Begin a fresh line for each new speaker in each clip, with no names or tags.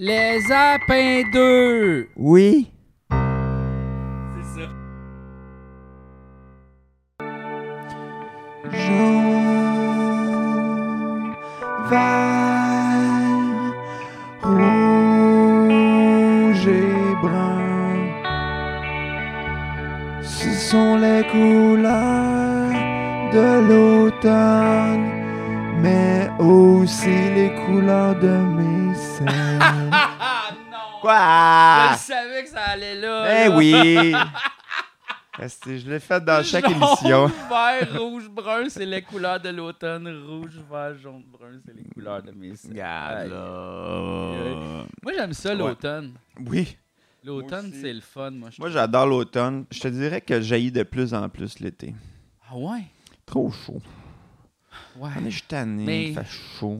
Les Apins 2!
Oui.
C'est ça.
Jean Valjean, rouge et brun, ce sont les couleurs de l'automne, mais aussi les couleurs de mes selles.
Ah non! Je
Quoi? Ah.
savais que ça allait là.
Eh
là.
oui! Esti, Je l'ai fait dans chaque
Jaune,
émission.
vert, rouge, brun, c'est les couleurs de l'automne. Rouge, vert, jaune, brun, c'est les couleurs de mes selles.
Regarde, là.
Moi, j'aime ça, l'automne.
Oui.
L'automne,
Moi aussi.
c'est le fun, moi. je
Moi,
trouve.
j'adore l'automne. Je te dirais que jaillit de plus en plus l'été.
Ah ouais?
Trop chaud. Ah, On
Ouais.
est juste tanné,
Mais-
il fait chaud.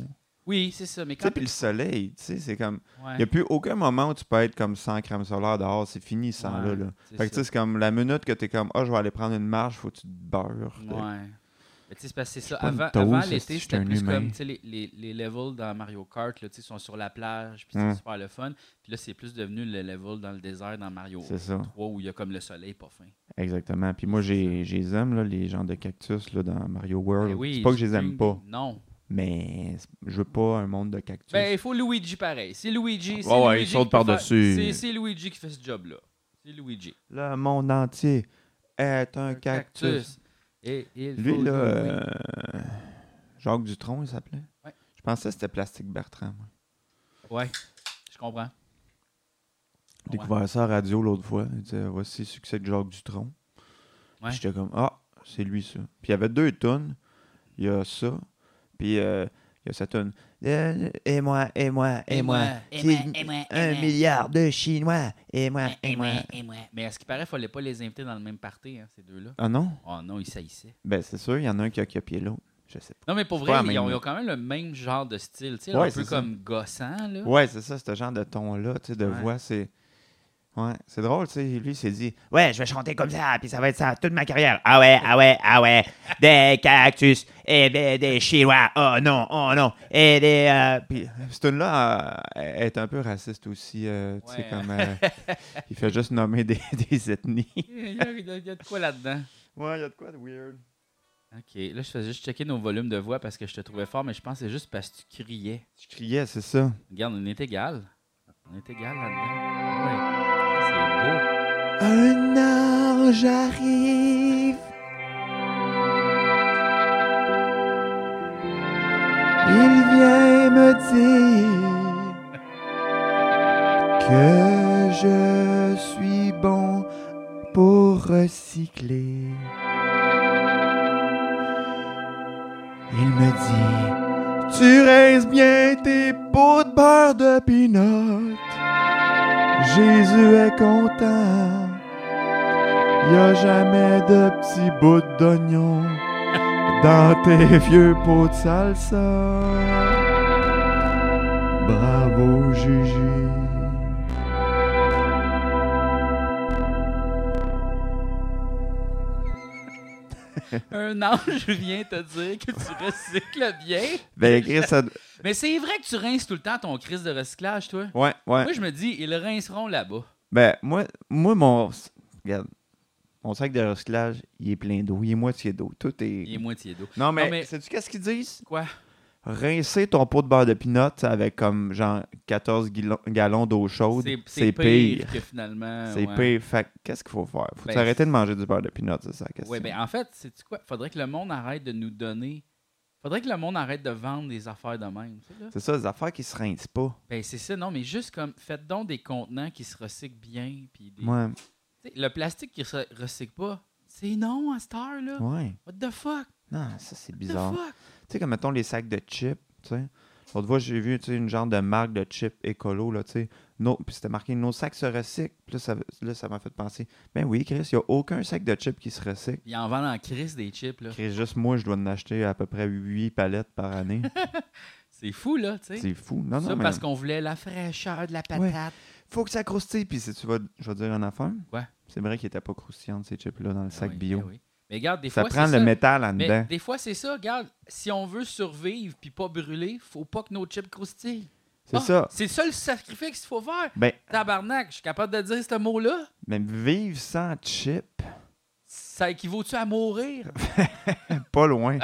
Oui, c'est ça, mais
Tu sais,
quand...
puis le soleil, tu sais, c'est comme... Il
Ouais.
n'y a plus aucun moment où tu peux être comme sans crème solaire dehors. C'est fini, sans là,
Ouais,
là.
c'est
Fait que tu
ça.
sais, c'est comme la minute que t'es comme « Ah, je vais aller prendre une marche, faut que tu te beurres.
Ouais. Mais tu sais, c'est parce que c'est ça.
pas une
Avant,
taupe,
avant
ça,
l'été,
c'est
c'était
un
plus
humain.
comme tu sais, les, les, les levels dans Mario Kart, là, tu sais, sont sur la plage, puis
Mm.
c'est super le fun. Puis là, c'est plus devenu le level dans le désert dans Mario
C'est ça,
3 où il y a comme le soleil pas fin.
Ben exactement. Puis moi, j'ai- j'ai les aime, là, les gens de cactus là, dans Mario World.
Ben oui,
c'est pas que je les
String,
aime pas,
Non.
mais c'est- je veux pas un monde de cactus.
Ben, il faut Luigi pareil. C'est Luigi. c'est
Ouais, ouais, il
Luigi
saute
qui peut faire-
par-dessus.
C'est- C'est Luigi qui fait ce job-là. C'est Luigi.
Le monde entier est un cactus.
Et il
Lui,
faut
là,
Luigi.
euh, Jacques Dutronc, il s'appelait.
Ouais.
Je pensais que c'était Plastique Bertrand. moi.
Ouais, je comprends.
J'ai découvert ça à la radio l'autre fois. Il disait Voici le succès de Jacques Dutronc.
Ouais.
Puis J'étais comme Ah, c'est lui ça. Puis il y avait deux tonnes. Il y a ça. Puis euh, il y a cette tonne. Euh, Et moi, et moi, et,
Et
moi.
moi,
et
c'est
moi, et moi, et
un
moi.
milliard de Chinois. Et moi, et, moi.
et moi.
Mais à ce qui paraît, il fallait pas les inviter dans le même party, hein, ces deux-là.
Ah non
Oh non, ils saillissaient.
Ben, c'est sûr, il y en a un qui a copié l'autre. Je sais
Non, mais pour
C'est pas
vrai,
la
ils ont,
même-
ils ont quand même le même genre de style. tu sais,
Ouais,
un peu
c'est ça.
comme gossant. Là.
Ouais, c'est ça, ce genre de ton-là, tu sais, de
Ouais.
voix, c'est. Ouais, c'est drôle, tu sais. Lui, il s'est dit Ouais, je vais chanter comme ça, puis ça va être ça toute ma carrière. Ah ouais, ah ouais, ah ouais. Des cactus, et des, des chinois, oh non, oh non, et des. euh, Puis, cette tune-là euh, est un peu raciste aussi, euh, tu sais,
Ouais.
comme. euh, il fait juste nommer des, des ethnies.
Il, y a, il y a- il y a de quoi là-dedans.
Ouais, il y a de quoi de weird.
OK. Là, je faisais juste checker nos volumes de voix parce que je te trouvais fort, mais je pense que c'est juste parce que tu criais.
Tu criais, c'est ça.
Regarde, on est égal. On est égal là-dedans. Ouais.
Un ange arrive. Il vient me dire que je suis bon pour recycler. Il me dit, tu rinces bien tes pots de beurre de peanut. Jésus est content. Y a jamais de petits bouts d'oignon dans tes vieux pots de salsa. Bravo, Gigi.
C'est beau. Un ange vient te dire que tu recycles bien.
Ben, Chris, ça.
Mais c'est vrai que tu rinces tout le temps ton crise de recyclage, toi.
Ouais, ouais.
Moi, je me dis, ils rinceront là-bas.
Ben, moi, moi mon. Regarde. Mon sac de recyclage, il est plein d'eau. Il est moitié d'eau. Tout est.
Il est moitié d'eau.
Non, mais.
Non, mais-
Sais-tu qu'est-ce qu'ils disent?
Quoi?
Rincer ton pot de beurre de pinot avec comme genre 14 guilo- gallons d'eau chaude,
C'est-
c'est pire.
que finalement.
C'est
ouais.
pire. Fait que qu'est-ce qu'il faut faire? Faut
Ben,
s'arrêter de manger du beurre de peanut, c'est ça la question.
Oui, ben en fait, c'est quoi? Faudrait que le monde arrête de nous donner. Faudrait que le monde arrête de vendre des affaires de même. tu sais, là.
C'est ça, les affaires qui se rincent pas.
Ben c'est ça, non, mais juste comme faites donc des contenants qui se recyclent bien. Puis des-
Ouais.
Tu sais, Le plastique qui se recycle pas, c'est non à cette heure là.
Ouais.
What the fuck?
Non, ça c'est
What the
bizarre. Tu
fuck?
sais, comme mettons les sacs de chips, tu sais. L'autre fois, j'ai vu tu sais, une genre de marque de chips écolo, là, tu sais. No- Puis c'était marqué nos sacs se recyclent. Puis là, ça là, ça m'a fait penser. Ben oui, Chris, il n'y a aucun sac de chips qui se recycle.
Ils en vendent en crise des chips là.
Chris, juste moi, je dois en acheter à peu près 8 palettes par année.
C'est fou là, tu sais.
c'est fou. Non,
Ça
non, mais.
parce qu'on voulait la fraîcheur de la patate.
Ouais. Faut que ça croustille. Puis si tu vas, je vais te dire en affaire.
Ouais.
C'est vrai qu'ils n'étaient pas croustillants, ces chips-là, dans le
Ah
sac
oui,
bio.
ah oui. Mais regarde, des
ça
fois.
prend
c'est
le
ça.
métal en
Mais
dedans.
des fois, c'est ça, regarde, si on veut survivre puis pas brûler, faut pas que nos chips croustillent.
C'est
Ah,
ça.
C'est ça le sacrifice qu'il faut faire.
Ben,
Tabarnak, je suis capable de dire ce mot-là.
même vivre sans chip,
Ça équivaut-tu à mourir?
pas loin.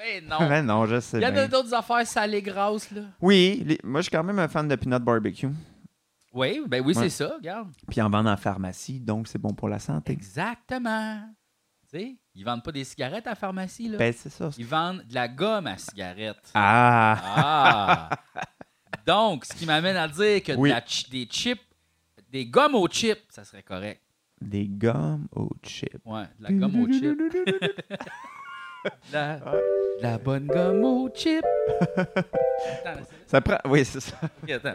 Ben
Non,
non.
non je sais
Il y en
bien.
a d'autres affaires salées grasses, là.
Oui, les- moi, je suis quand même un fan de peanut barbecue.
Oui, ben oui,
Ouais.
c'est ça, regarde.
Puis en vend en pharmacie, donc c'est bon pour la santé.
Exactement. Tu sais, ils vendent pas des cigarettes à la pharmacie, là.
Ben, c'est ça.
Ils vendent de la gomme à cigarette.
Ah!
Ah! Donc, ce qui m'amène à dire que de
Oui.
la chi- des chips, des gommes aux chips, ça serait correct.
Des gommes au chip.
Ouais, de la gomme aux chips. De la, de la bonne gomme aux chips. Attends, c'est-
Ça prend. Oui, c'est ça.
ok, attends.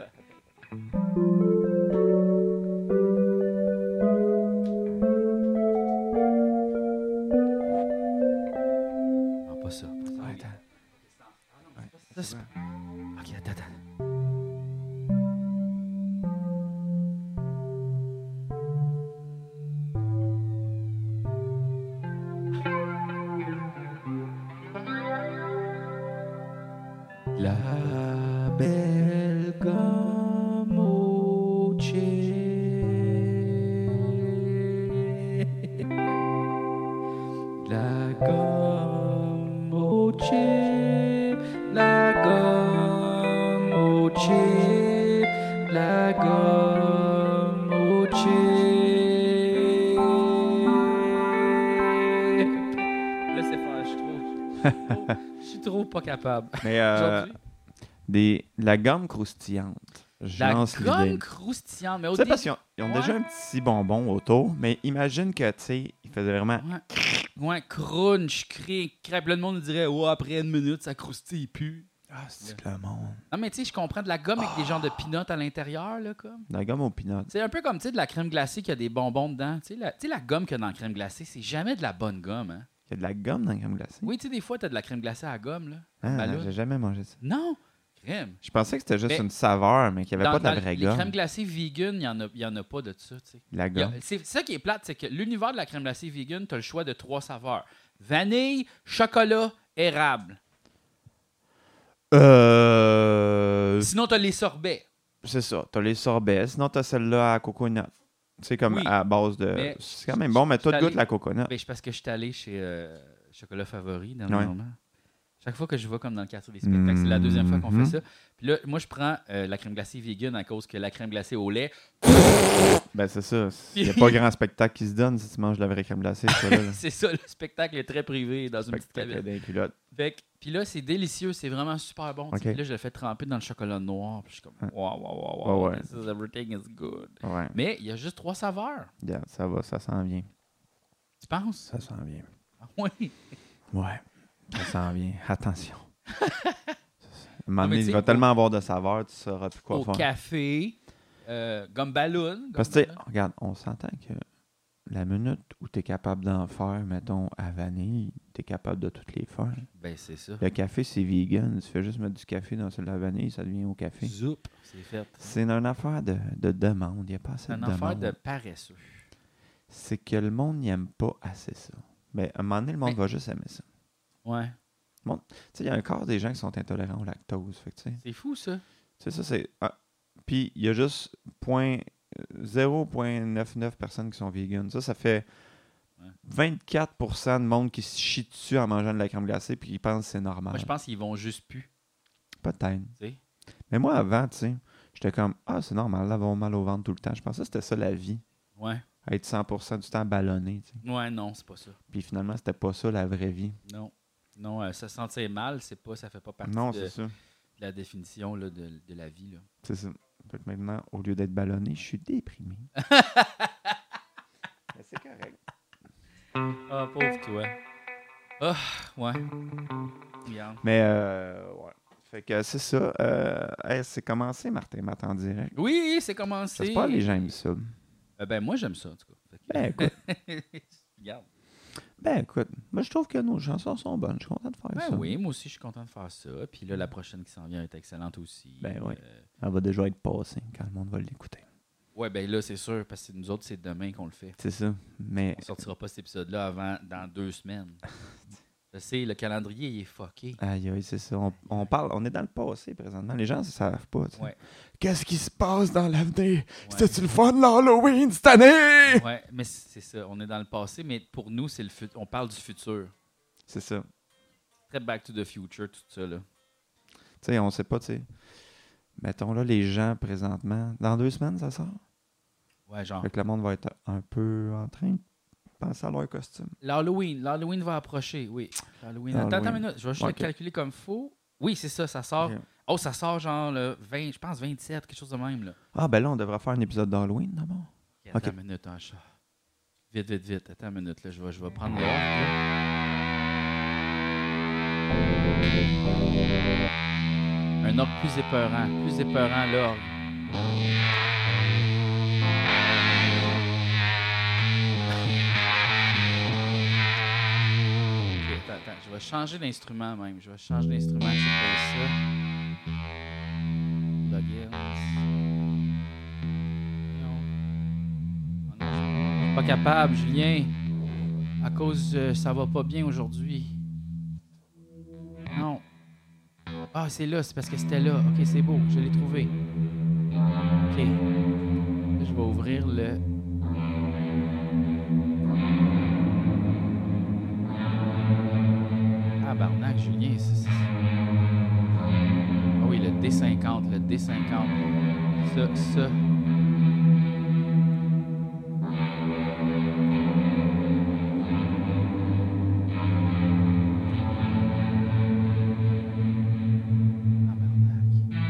Non, pas ça. pas ça.
Attends.
Ça, c'est- Ok, attends, attends. La belle gomme au chip. La gomme au chip. La gomme au chip. La gomme au chip. Laissez faire, je suis trop- je suis trop- je suis trop pas capable.
Mais euh,
Aujourd'hui.
des, la gomme croustillante.
La
Lance l'idée.
gomme croustillante. Mais au
Tu sais,
début.
parce qu'ils ont, ils ont déjà un petit bonbon autour, mais imagine que, tu sais, ils faisaient vraiment.
Ouais, ouais, crunch, cric, crêpe. Là, le monde dirait, ouais, après une minute, ça croustille plus.
Ah, c'est que le monde.
Non, mais tu sais, je comprends de la gomme avec des genres de pinottes à l'intérieur, là, comme.
La gomme aux peanuts.
C'est un peu comme, tu sais, de la crème glacée qui a des bonbons dedans. Tu sais, la, tu sais, la gomme qu'il y a dans la crème glacée, c'est jamais de la bonne gomme, hein.
Il y a de la gomme dans la crème glacée.
Oui, tu sais, des fois, t'as de la crème glacée à la gomme, là.
Ah,
Ben
non,
là.
j'ai jamais mangé ça.
Non! Crème.
Je pensais que c'était juste
Mais-
une saveur, mais qu'il n'y avait
Dans-
pas de la
dans
vraie
les crèmes
gomme.
glacées vegan, il n'y en, a- il y en a pas de ça, tu sais.
La
Y a-
gomme.
C'est ça qui est plate, c'est que l'univers de la crème glacée vegan, tu as le choix de trois saveurs. Vanille, chocolat, érable.
Euh.
Sinon, tu as les sorbets.
C'est ça. T'as les sorbets, sinon t'as celle-là à coconut. C'est comme
Oui,
à base de.
mais
C'est quand même bon, mais toi,
je-
tu
je-
goûtes la coconut.
Ben, c'est parce que je suis allé chez euh, Chocolat Favori dernièrement. Chaque fois que je vois comme dans le quartier des spectacles, c'est la deuxième fois qu'on
Mhm.
fait ça. Puis là, moi, je prends euh, la crème glacée vegan à cause que la crème glacée au lait,
Ben, c'est ça. Il n'y a pas grand spectacle qui se donne si tu manges de la vraie crème glacée. toi, là, là.
c'est ça, le spectacle est très privé dans une petite
Spectacle
cabine.
d'un culotte.
Fait que- Puis là, c'est délicieux, c'est vraiment super bon. tu sais.
Ok.
Puis Là, je le fais tremper dans le chocolat noir. Puis je suis comme,
Ouais.
wow, wow, wow, wow,
Ouais, ouais.
this is- everything is good.
Ouais,
Mais il y a juste trois saveurs.
regarde, ça va, ça s'en vient.
Tu penses?
Ça s'en vient.
Ah Oui.
Ouais, ça s'en vient. Attention. Un moment
Non, mais
donné,
tu
il
sais,
va
au-
tellement avoir de saveur, tu sauras plus quoi
Au
faire.
café, euh, gomme ballon. gomme
Parce que, tu sais,
ballon.
regarde, on s'entend que la minute où tu es capable d'en faire, mettons, à vanille, tu es capable de toutes les faire.
Ben, c'est ça.
Le café, c'est vegan. Tu fais juste mettre du café dans de la vanille, ça devient au café.
Zoup, c'est fait.
C'est une affaire de, de demande. Il n'y a pas assez
C'est
de
une affaire
demande.
de paresseux.
C'est que le monde n'aime pas assez ça. Mais à un moment donné, le monde
Mais-
va juste aimer ça.
Ouais.
Tu sais, il y a encore des gens qui sont intolérants au lactose. Fait que, tu sais,
C'est fou, ça.
tu sais, ça, c'est... ah. Puis, il y a juste point- euh, 0,99 personnes qui sont vegan. Ça, ça fait
Ouais.
24 de monde qui se chie dessus en mangeant de la crème glacée puis qui pense que c'est normal.
Moi, je pense qu'ils vont juste plus.
Peut-être.
Tu sais.
Mais moi, avant, tu sais, j'étais comme « Ah, c'est normal d'avoir mal au ventre tout le temps. » Je pensais que c'était ça la vie.
Ouais.
Être 100% du temps ballonné, tu sais.
Ouais, non, c'est pas ça.
Puis finalement, c'était pas ça la vraie vie.
Non. Non, euh, se sentir mal, c'est pas, ça fait pas partie
non,
de,
c'est
de
ça.
la définition là, de, de la vie. Là.
C'est ça. Fait que maintenant, au lieu d'être ballonné, je suis déprimé. Mais c'est correct.
Ah, pauvre toi. Ah, ouais. Regarde.
Mais, euh, ouais. Fait que c'est ça. Euh, hey, c'est commencé, Martin, Matt en direct.
Oui, c'est commencé.
J'espère que les gens aiment ça.
Euh, ben, moi, j'aime ça, en tout cas. Fait que-
Ben écoute,
Regarde.
ben écoute, moi je trouve que nos chansons sont bonnes. Je suis content de faire
Ben
ça.
oui, moi aussi, je suis content de faire ça. Puis là, la prochaine qui s'en vient est excellente aussi.
Ben oui.
Euh,
Elle va déjà être passée quand le monde va l'écouter.
ouais, ben là, c'est sûr, parce que nous autres, c'est demain qu'on le fait.
C'est ça. Mais
On sortira pas cet épisode-là avant dans deux semaines. Je sais, le calendrier, il est fucké.
Aïe, aïe, c'est ça. On, on parle, on est dans le passé présentement. Les gens ne savent pas. tu sais.
Ouais.
Qu'est-ce qui se passe dans l'avenir? C'était-tu le fun l'Halloween cette année?
Ouais, mais c'est ça. On est dans le passé, mais pour nous, c'est le fut- on parle du futur.
C'est ça.
Très back to the future, tout ça. Là.
Tu sais, on sait pas, tu sais. Mettons là, les gens présentement. Dans deux semaines, ça sort?
Ouais, genre.
Fait que le monde va être un peu en train de penser à leur costume.
L'Halloween, l'Halloween va approcher, oui. L'Halloween. Attends,
L'Halloween.
attends une minute, je vais juste
Ouais,
le
ok.
calculer comme faux. Oui, c'est ça, ça sort.
Ok.
Oh, ça sort genre le 20, je pense 27, quelque chose de même là.
Ah, ben là, on devrait faire un épisode d'Halloween d'abord.
Ok, attends
Ok.
une minute, hein, je- Vite, vite, vite, attends une minute, là, je vais, je vais prendre l'ordre. là. Un ordre plus épeurant, plus épeurant l'ordre. Ok, attends, attends, je vais changer d'instrument même. Je vais changer d'instrument. Je fais ça. Plugins. Non. Oh non, je suis Pas capable, Julien. À cause, euh, ça va pas bien aujourd'hui. Non. Ah, c'est là, c'est parce que c'était là. Ok, c'est beau, je l'ai trouvé. Ok. Là, je vais ouvrir le. Ah, barnac, Julien. c'est- c'est- Ah oui, le D50, le D50. Ça, ça. Ah, barnac.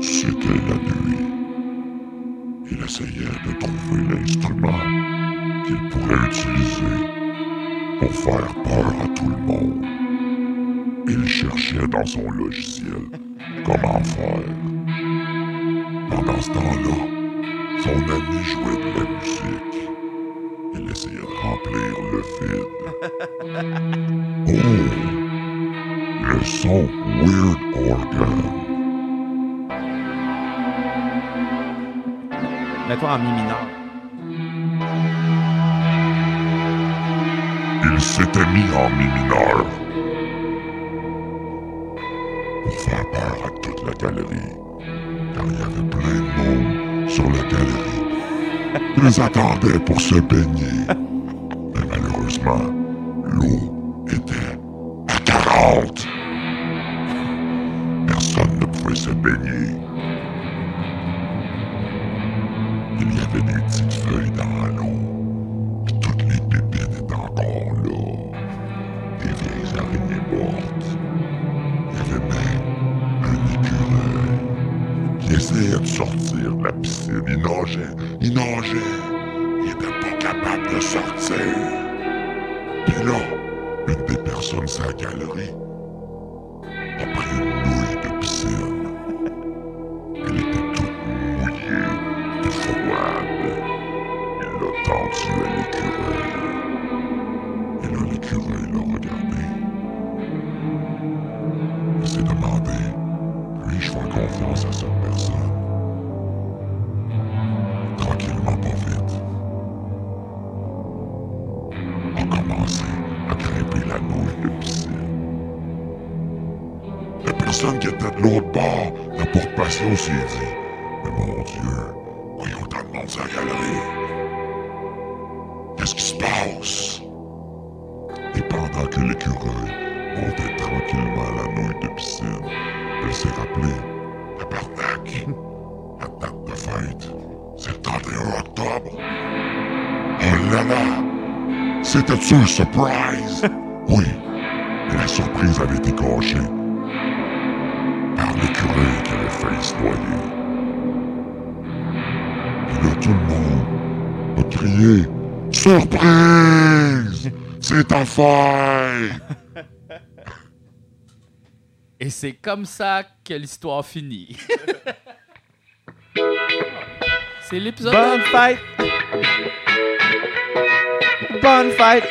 C'était la nuit. Il essayait de trouver l'instrument qu'il pourrait utiliser pour faire peur à tout le monde. Il cherchait dans son logiciel comment faire. Pendant ce temps-là, son ami jouait de la musique. Il essayait de remplir le vide. Oh! Le son Weird Organ.
Mets-toi en mi mineur.
Il s'était mis en mi mineur. Pour faire peur à toute la galerie. Car il y avait plein de monde sur la galerie. Ils attendaient pour se baigner. Mais malheureusement, l'eau était attarante. Personne ne pouvait se baigner. Il y avait des petites feuilles dans l'eau. Toutes les pépites étaient encore là. Des vieilles araignées mortes. Il y avait même un écureuil qui essayait de sortir de la piscine. Il nageait, il nageait. Il était pas capable de sortir. Puis là, une des personnes sur la galerie a pris une nouille de piscine. Elle était toute mouillée et froide. Il l'a tendu à l'écureuil. Et là, l'écureuil l'a regardé. Il s'est demandé, puis-je faire confiance à cette personne? Tranquillement, pas vite. A commencé à grimper la nouille de piscine. La personne qui était de l'autre bord, la porte-patio s'est dit, mais mon Dieu, voyons tant de monde sur la galerie. Qu'est-ce qui se passe? Et pendant que l'écureuil montait tranquillement la nouille de piscine, elle s'est rappelée, la barnaque, la date de fête, c'est le 31 octobre. Oh là là! C'était-tu un surprise? Oui, mais la surprise avait été gâchée par l'écureuil qui avait failli se noyer. Et là, tout le monde a crié Surprise C'est ta fête
Et c'est comme ça que l'histoire finit. c'est l'épisode.
Bonne fête! Bonne fête!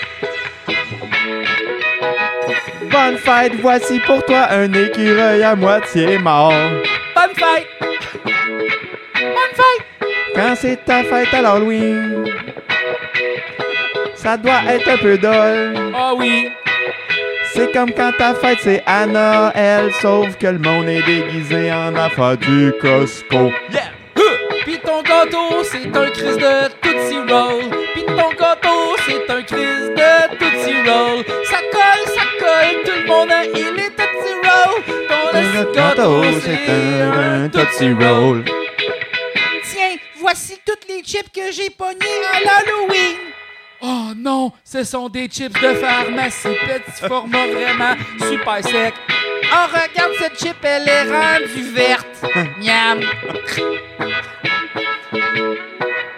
Bonne fête! Voici pour toi un écureuil à moitié mort.
Bonne fête! Bonne fête!
Quand c'est ta fête à l'Halloween, ça doit être un peu dole.
Ah oui!
C'est comme quand ta fête c'est à Noël, sauf que le monde est déguisé en affaires du Costco.
Yeah! Huh! Pis ton gâteau, c'est un crise de Tootsie Roll. Pis ton gâteau, c'est un crise de Tootsie Roll. Ça colle, ça colle, tout le monde a il est Tootsie Roll. Ton
Notre
petit gâteau,
c'est un, un Tootsie Roll.
Tiens, voici toutes les chips que j'ai pognées à l'Halloween. Oh non, ce sont des chips de pharmacie, petit format vraiment super sec. Oh, regarde cette chip, elle est rendue verte. Miam.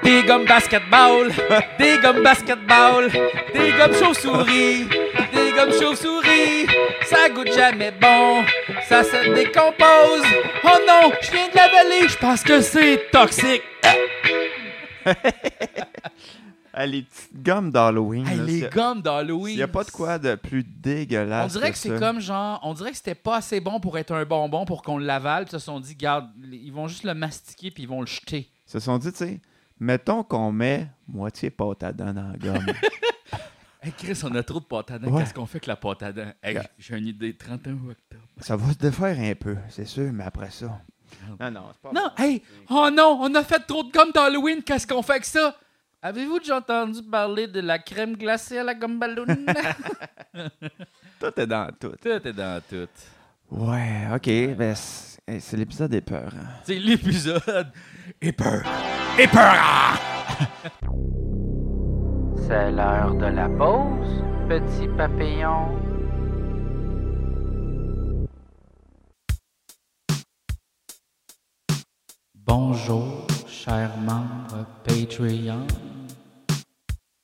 Des gommes basketball, des gommes basketball, des gommes chauves-souris, des gommes chauves-souris. Ça goûte jamais bon, ça se décompose. Oh non, je viens de l'avaler, je pense que c'est toxique.
Ah, les petites gommes d'Halloween.
Hey,
là,
les
c'est-
gommes d'Halloween.
Il n'y a pas de quoi de plus dégueulasse.
On dirait que c'est
ça.
comme genre, on dirait que c'était pas assez bon pour être un bonbon pour qu'on l'avale. Puis ils se sont dit, garde, ils vont juste le mastiquer puis ils vont le jeter.
Ils se sont dit, tu sais, mettons qu'on met moitié pâte à dents dans la gomme.
Hey Chris, on a trop de pâte à dents.
Ouais.
Qu'est-ce qu'on fait avec la pâte à dents? Hey,
Yeah.
j'ai une idée. 31 octobre.
ça va se défaire un peu, c'est sûr, mais après ça. Non, non, c'est pas.
Non, hey, oh non, on a fait trop de gomme d'Halloween. Qu'est-ce qu'on fait avec ça? Avez-vous déjà entendu parler de la crème glacée à la gomme ballon?
Tout est dans tout.
tout est dans tout.
Ouais, ok. Ben, c'est hey, c'est l'épisode des peurs. hein.
C'est l'épisode. Et peur.
C'est l'heure de la pause, petit papillon.
Bonjour, chers membres Patreon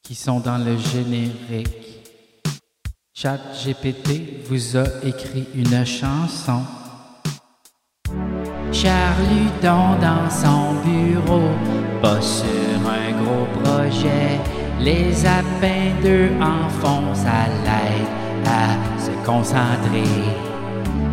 qui sont dans le générique. Chat GPT vous a écrit une chanson. Charludon dans son bureau, pas sur un gros projet. Les apins d'eux enfoncent à l'aide à se concentrer.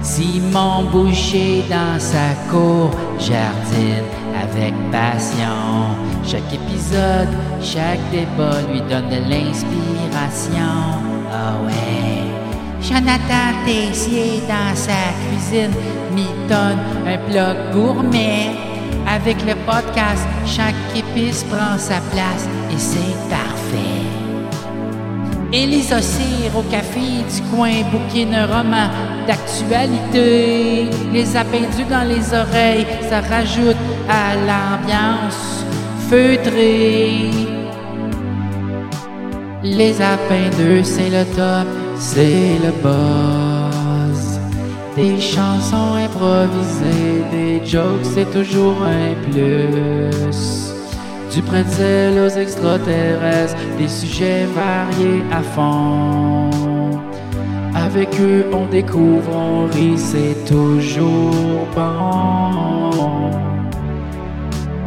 Simon Boucher dans sa cour jardine avec passion. Chaque épisode, chaque débat lui donne de l'inspiration. Ah ouais. Jonathan Tessier dans sa cuisine mitonne un bloc gourmet. Avec le podcast, chaque épice prend sa place et c'est parfait. Élise Cyr au café du coin bouquine un roman d'actualité. Les appendus dans les oreilles, ça rajoute à l'ambiance feutrée. Les appendus, c'est le top, c'est le buzz. Des chansons improvisées, des jokes, c'est toujours un plus. Du pretzel aux extraterrestres, des sujets variés à fond. Avec eux, on découvre, on rit, c'est toujours bon.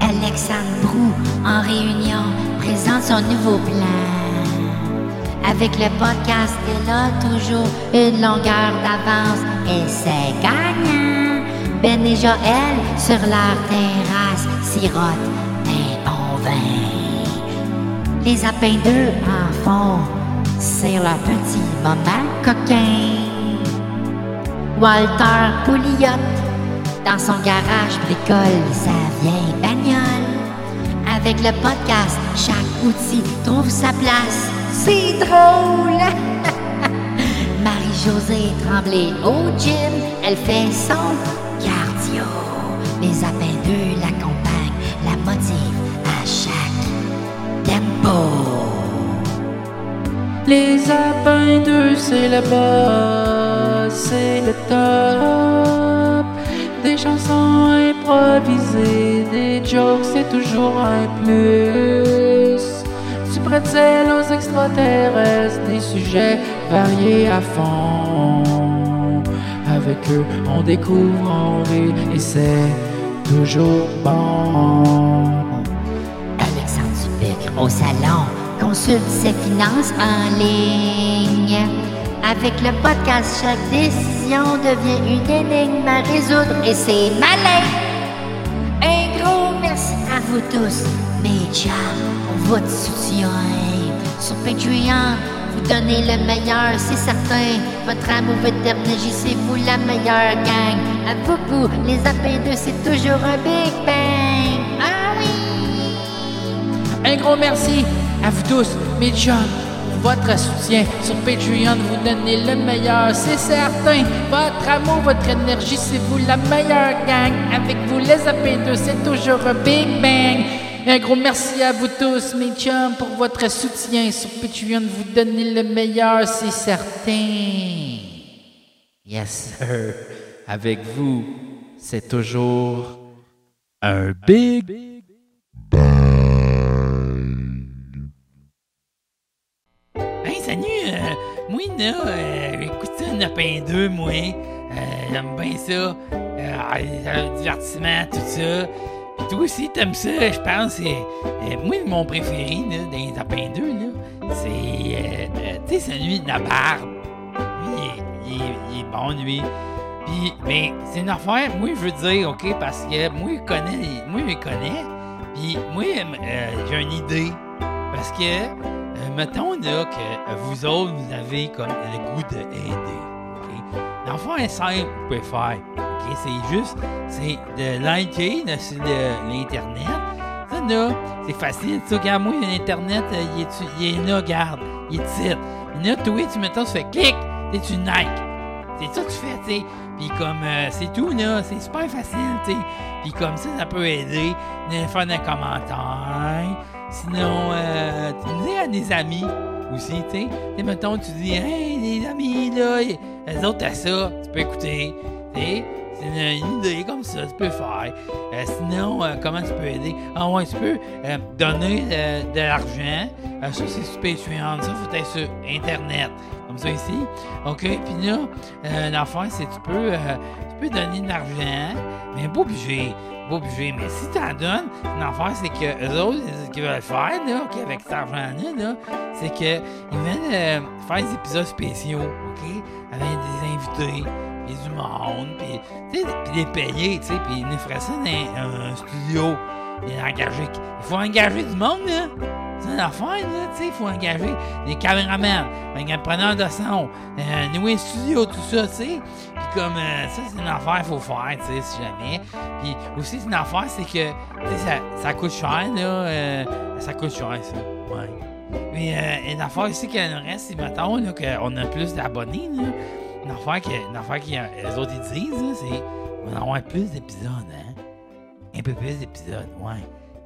Alexandre Brou, en réunion, présente son nouveau plan. Avec le podcast, il a toujours une longueur d'avance et c'est gagnant. Ben et Joël, sur leur terrasse, sirotent un bon vin. Les apins d'eux en font, c'est leur petit moment coquin. Walter Pouliot. Dans son garage bricole sa vieille bagnole. Avec le podcast, chaque outil trouve sa place. C'est drôle! Marie-Josée Tremblay au gym, elle fait son cardio. Les appels d'eux l'accompagnent, la motivent à chaque tempo.
Les apins d'eux, c'est le boss, c'est le top. Des chansons improvisées, des jokes, c'est toujours un plus. Du pretzel aux extraterrestres, des sujets variés à fond. Avec eux, on découvre, on rit, et c'est toujours bon.
Alexandre Dubuc au salon consulte ses finances en ligne. Avec le podcast, chaque décision devient une énigme à résoudre et c'est malin. Un gros merci à vous tous, mes chums, votre soutien. Sur Patreon, vous donnez le meilleur, c'est certain. Votre amour, votre énergie, c'est vous la meilleure gang. À vous, vous, les AP2, c'est toujours un Big Bang. Ah oui!
Un gros merci à vous tous, mes chums. pour Votre soutien sur Patreon, vous donnez le meilleur, c'est certain. Votre amour, votre énergie, c'est vous la meilleure gang. Avec vous, les AP2, c'est toujours un Big Bang. Et un gros merci à vous tous, mes chums, pour votre soutien sur Patreon. Vous donnez le meilleur, c'est certain. Yes, sir. Avec vous, c'est toujours un Big
Hey, salut! euh, moi, là, euh, écoute ça, Nopin 2, moi. Euh, J'aime bien ça. Euh, le divertissement, tout ça. Puis toi aussi, t'aimes ça, je pense. Et, et moi, mon préféré, là, dans les Nopin 2, là, c'est. euh, euh, tu sais, celui de la barbe. Lui, il est, il est- il est bon, lui. Puis, mais c'est une affaire, moi, je veux dire, OK, parce que moi, je connais. les- Moi, je les connais. Puis, moi, euh, j'ai une idée. Parce que. Euh, mettons là, que euh, vous autres, vous avez comme le goût de aider. ok? L'enfant est simple, vous pouvez faire. ok? C'est juste, c'est de liker là, sur le- l'Internet. Ça, là, c'est facile. Tu regarde, moi, l'Internet, euh, il est, tu- il est là, regarde. Il est titre. Là, toi, tu mettons, tu fais clic, et tu likes. C'est ça que tu fais, tu sais. Puis comme, euh, c'est tout, là. C'est super facile, tu sais. Puis comme ça, ça peut aider. De faire des commentaires. Sinon, euh, tu dis à des amis aussi, tu sais. Tu sais, mettons, tu dis, hey, les amis, là, y- elles autres, t'as ça. Tu peux écouter, tu sais. C'est une, une idée comme ça, tu peux faire. Euh, sinon, euh, comment tu peux aider? Ah ouais, tu peux euh, donner euh, de l'argent. Euh, ça, c'est sur Patreon. Ça, faut être sur Internet. Comme ça ici. OK, puis là, euh, l'affaire, c'est que tu peux, euh, tu peux donner de l'argent, mais pas obligé. Pas obligé. Mais si t'en donnes, l'affaire, c'est que eux autres, ce qu'ils veulent faire, là, OK, avec cet argent-là, là, c'est que ils viennent euh, faire des épisodes spéciaux, OK? Avec des invités, puis du monde, puis, tu sais, puis les payer, tu sais, puis ils nous feraient ça dans un, un studio. Il Il faut engager du monde, là. C'est une affaire, là, tu sais, il faut engager des caméramans, un preneur de son, euh, nouer un studio, tout ça, tu sais. Puis comme euh, ça, c'est une affaire qu'il faut faire, tu sais, si jamais. Puis aussi, c'est une affaire, c'est que, tu sais, ça, ça coûte cher, là. euh, ça coûte cher, ça. Ouais. Mais euh, une affaire aussi qu'il nous reste, c'est, mettons, là, qu'on a plus d'abonnés, là. Une affaire que, une affaire que euh, les autres, ils disent, là, c'est... On va en avoir plus d'épisodes, hein. Un peu plus d'épisodes, ouais.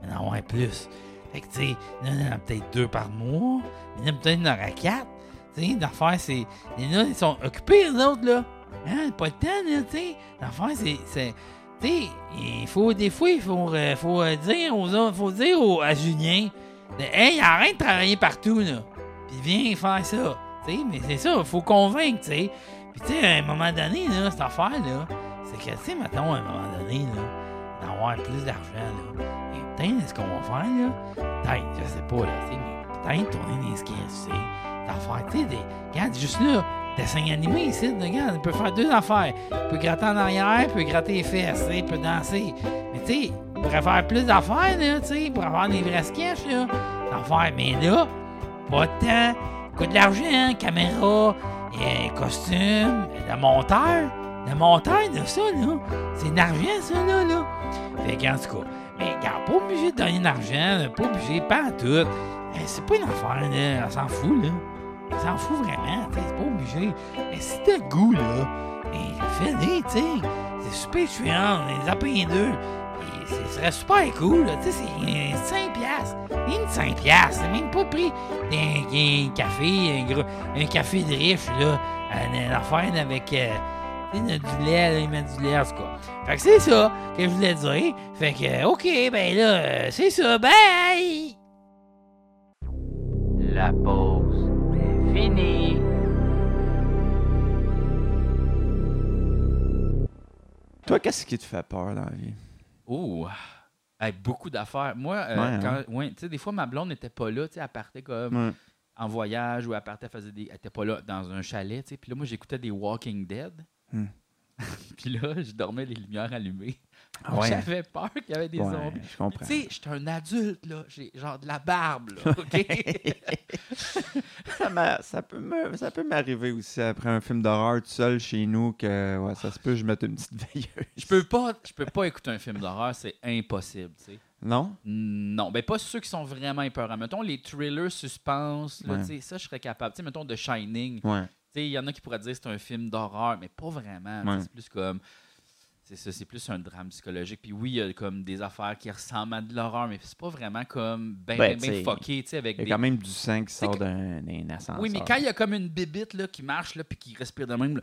On va en avoir plus. Fait que, tu sais, là, il y en a peut-être deux par mois. Il y en a peut-être une aura quatre. Tu sais, l'affaire, c'est. Les là, ils sont occupés, les autres, là. Hein, pas le temps, là, tu sais. L'affaire, c'est. c'est tu sais, il faut. Des fois, il faut, euh, faut euh, dire aux autres. faut dire aux, à Julien. de, hey, arrête de travailler partout, là. Puis viens faire ça. Tu sais, mais c'est ça, faut convaincre, tu sais. Puis, tu sais, à un moment donné, là, cette affaire-là, c'est que, tu sais, mettons, à un moment donné, là, d'avoir plus d'argent, là. Et peut-être, ce qu'on va faire, là peut-être, je sais pas, là, tu sais, mais peut-être tourner des sketchs, tu sais, d'affaires, tu sais, des... Regarde, juste là, dessin animé ici, là, regarde, on peut faire deux affaires. On peut gratter en arrière, on peut gratter les fesses, tu sais, on peut danser. Mais tu sais, on pourrait faire plus d'affaires, là, tu sais, pour avoir des vrais sketchs, là, d'affaires. Mais là, pas de temps, coûte de l'argent, caméra, et costume, le monteur. Le monteur, là, ça, là, c'est de l'argent, ça, là, là. Fait qu'en tout cas, mais regarde, pas obligé de donner de l'argent, là, pas obligé, pas en tout. Euh, c'est pas une affaire, là, on s'en fout, là. On s'en fout vraiment, tu sais, c'est pas obligé. Mais si t'as le goût, là, ben, fais-le, tu sais. C'est super chiant, on est appelés deux. Et ce serait super cool, là, tu sais, c'est euh, 5 piastres. Même 5 piastres, c'est même pas pris d'un d'un café, un, gros, un café de riche, là, à une affaire avec... euh, tu sais, du lait, là, ils mettent du lait, en tout cas. Fait que c'est ça que je voulais dire. Fait que, euh, OK, ben là, euh, c'est ça. Bye!
La pause est finie.
Toi, qu'est-ce qui te fait peur dans la vie?
Oh, avec beaucoup d'affaires. Moi, euh,
Ouais, hein.
quand, ouais, tu sais, des fois, ma blonde n'était pas là, tu sais, elle partait comme
Ouais.
en voyage ou elle partait, elle faisait des, elle était pas là dans un chalet, tu sais. Puis là, moi, j'écoutais des Walking Dead.
Hmm.
Puis là, je dormais les lumières allumées.
Ah ouais.
J'avais peur qu'il y avait des
Ouais,
zombies.
je comprends.
Tu sais, j'étais un adulte, là. J'ai genre de la barbe, là. OK?
Ça, m'a- ça peut me- ça peut m'arriver aussi après un film d'horreur tout seul chez nous que ouais, ça se peut je mette une petite veilleuse.
je peux pas je peux pas écouter un film d'horreur, c'est impossible, tu sais.
Non?
Non, ben pas ceux qui sont vraiment épeurants. Mettons les thrillers suspense, là,
Ouais.
tu sais, ça je serais capable. Tu sais, mettons The Shining,
Ouais.
Tu sais, il y en a qui pourraient dire que c'est un film d'horreur, mais pas vraiment. Tu sais,
Ouais.
C'est plus comme. C'est ça, c'est plus un drame psychologique. Puis oui, il y a comme des affaires qui ressemblent à de l'horreur, mais c'est pas vraiment comme
Ben,
ben, ben,
tu sais,
ben fucké, tu sais, avec
Il y a
des.
quand même du sang qui
C'est
sort
que-
d'un d'un ascenseur.
Oui, mais quand il y a comme une bibite là, qui marche là, puis qui respire de même,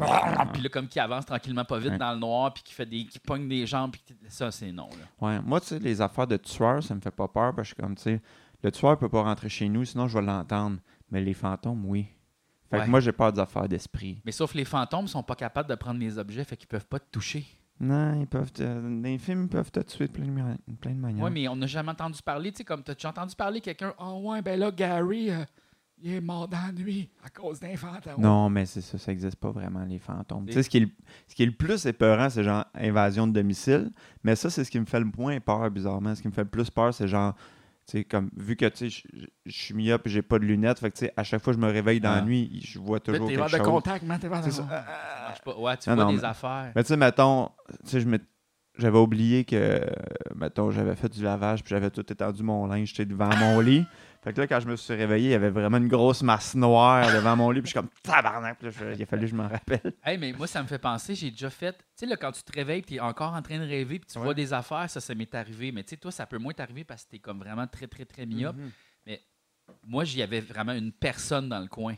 là. puis là, comme qui avance tranquillement pas vite
Ouais.
dans le noir, puis qui fait des, qui pogne des jambes, puis qui- ça, c'est non. Là.
Ouais, moi, tu sais, les affaires de tueurs, ça me fait pas peur parce que, comme, tu sais, le tueur peut pas rentrer chez nous, sinon je vais l'entendre. Mais les fantômes, oui. Fait
Ouais.
que moi, j'ai peur des affaires d'esprit.
Mais sauf les fantômes sont pas capables de prendre les objets, fait qu'ils peuvent pas te toucher.
Non, ils peuvent te... dans les films, ils peuvent te tuer de plein de, mani- plein de manières.
Oui, mais on n'a jamais entendu parler, tu sais, comme t'as-tu entendu parler quelqu'un, oh ouais, ben là, Gary, euh, il est mort dans la nuit à cause d'un fantôme.
Non, mais c'est ça, ça existe pas vraiment, les fantômes.
Et-
Tu sais, ce qui est le, ce qui est le plus épeurant, c'est genre invasion de domicile. Mais ça, c'est ce qui me fait le moins peur, bizarrement. Ce qui me fait le plus peur, c'est genre, tu sais, comme, vu que, tu sais, je- je- je suis myope et j'ai pas de lunettes, fait que, tu sais, à chaque fois que je me réveille dans
Ah.
la nuit, je vois
Là,
toujours
t'es
quelque
hors de
chose.
contact, man, t'es hors de
C'est ça.
contact. Ça marche pas. Ouais, tu
Non,
vois
non,
des
mais-
affaires.
Mais tu sais, mettons, tu sais, je m'étais- j'avais oublié que, euh, mettons, j'avais fait du lavage, puis j'avais tout étendu mon linge, j'étais devant mon lit. Fait que là, quand je me suis réveillé, il y avait vraiment une grosse masse noire devant mon lit, puis je suis comme tabarnak, puis là, je- il a fallu que je m'en rappelle.
Hey, mais moi, ça me fait penser, j'ai déjà fait. Tu sais, là, quand tu te réveilles, tu es encore en train de rêver, puis tu vois des affaires, ça, ça m'est arrivé. Mais tu sais, toi, ça peut moins t'arriver parce que t'es comme vraiment très, très, très myope. Mais moi, j'y avais vraiment une personne dans le coin.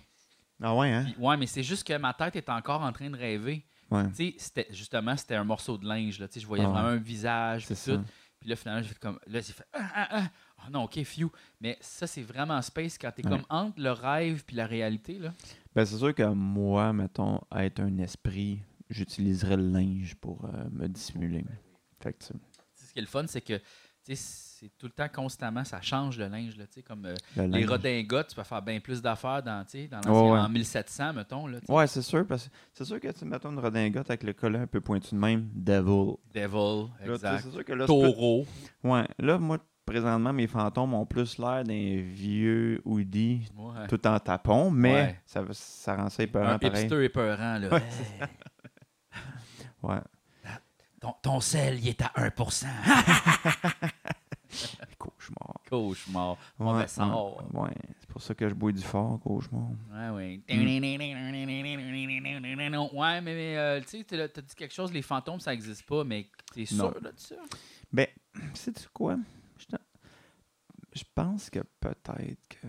Ah ouais, hein?
Puis, ouais, mais c'est juste que ma tête est encore en train de rêver.
Ouais.
Tu sais, c'était- justement, c'était un morceau de linge. Là. Tu sais, Je voyais
Ah ouais.
vraiment un visage.
C'est
puis
ça.
tout. Puis là, finalement, j'ai fait comme. Là, j'ai fait. Ah, ah, ah. Oh non, OK, few. Mais ça, c'est vraiment space quand t'es
Ouais.
comme entre le rêve puis la réalité. Là.
Ben, c'est sûr que moi, mettons, être un esprit, j'utiliserais le linge pour euh, me dissimuler. Fait que, tu-
Tu sais, Ce qui est le fun, c'est que tu sais, c'est tout le temps constamment, ça change le linge. Là, tu sais, comme euh,
le
les
linge.
redingotes, tu peux faire bien plus d'affaires dans, tu sais, dans
Ouais,
l'ancien-
ouais.
en 1700, mettons. Là, tu sais.
Ouais, c'est sûr, parce que c'est sûr que tu mettons une redingote avec le collet un peu pointu de même, devil.
Devil,
Là, tu sais,
exact.
c'est sûr que là, c'est tout-
Taureau.
Ouais, là, moi, présentement, mes fantômes ont plus l'air d'un vieux hoodie
Ouais.
tout en tapon, mais
Ouais.
ça, ça rend ça
Un
épeurant pareil.
hipster épeurant. Là.
Ouais.
Ton, ton sel, il est à 1
Cauchemar.
Cauchemar. Mauvais
ouais,
sort.
ouais, ouais. c'est pour ça que je bois du fort, cauchemar.
Ouais,
Mm.
ouais. Ouais, mais, mais, euh, tu sais, t'as t'as dit quelque chose, les fantômes, ça n'existe pas, mais t'es
Non.
sûr là, de ça?
Ben, sais-tu quoi? Je, t'en- je pense que peut-être que.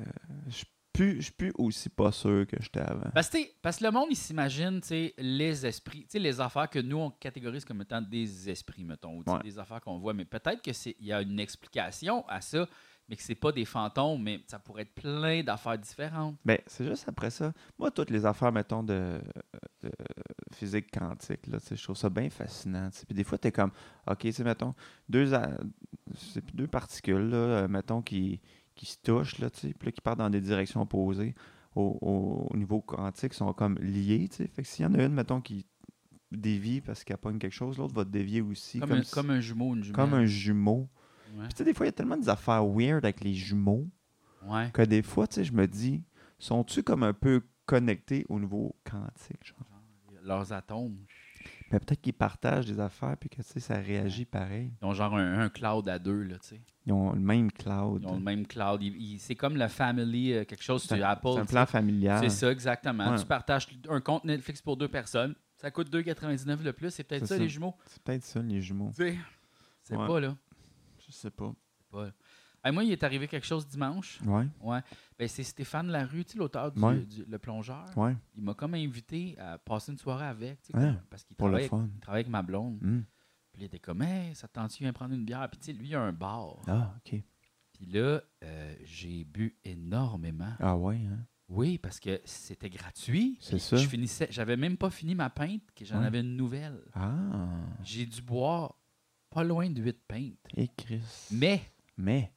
Je suis plus- je suis plus aussi pas sûr que j'étais avant.
Parce que, tu sais, parce que le monde, il s'imagine, tu sais, les esprits, tu sais, les affaires que nous, on catégorise comme étant des esprits, mettons, ou tu sais,
Ouais.
des affaires qu'on voit, mais peut-être que c'est- il y a une explication à ça, mais que c'est pas des fantômes, mais ça pourrait être plein d'affaires différentes.
Ben, c'est juste après ça. Moi, toutes les affaires, mettons, de, euh, de physique quantique, là, tu sais, je trouve ça bien fascinant. tu sais. Puis des fois, tu es comme, OK, tu sais, mettons, deux, a- c'est deux particules, là, euh, mettons, qui, qui se touchent, là, tu sais, puis là, qui partent dans des directions opposées au, au- au niveau quantique, sont comme liées, tu sais. Fait que s'il y en a une, mettons, qui dévie parce qu'elle pogne quelque chose, l'autre va dévier aussi.
Comme,
Comme,
un,
si-
comme un jumeau, une jumelle.
comme un jumeau.
Ouais.
Puis tu sais, des fois, il y a tellement des affaires weird avec les jumeaux
Ouais.
que des fois, tu sais, je me dis, sont-tu comme un peu connectés au niveau quantique, genre?
Leurs atomes.
Mais peut-être qu'ils partagent des affaires, puis que, tu sais, ça réagit pareil.
Ils ont genre un, un cloud à deux, là, tu sais.
Ils ont le même cloud.
Ils ont le même cloud. Ils- ils- C'est comme le family, euh, quelque chose
C'est
sur
un-
Apple.
C'est un
tu sais.
plan familial.
C'est ça, exactement.
Hein. Ouais.
Tu partages un compte Netflix pour deux personnes. Ça coûte 2,99 le plus. C'est peut-être
C'est
ça,
ça.
les jumeaux.
C'est peut-être ça, les jumeaux.
Tu sais, c'est
Ouais.
pas, là.
Je sais pas.
C'est pas, là. Hey, moi, il est arrivé quelque chose dimanche.
Ouais,
Ouais. Ben, c'est Stéphane Larue, tu sais, l'auteur du,
Ouais.
du- Le Plongeur.
ouais.
Il m'a comme invité à passer une soirée avec. tu sais,
Ouais,
comme- Parce qu'il
pour le
travaille, avec-
fun.
il travaille avec ma blonde.
Hmm.
Puis il était comme, hey, ça te tente-tu, viens prendre une bière. Puis tu sais, lui, il a un bar.
Ah, OK.
Puis là, euh, j'ai bu énormément.
Ah ouais, hein?
Oui, parce que c'était gratuit.
C'est
Puis
ça.
Je finissais, j'avais même pas fini ma pinte que j'en
Ouais.
avais une nouvelle.
Ah,
J'ai dû boire pas loin de 8 pintes.
et Chris.
Mais
Mais...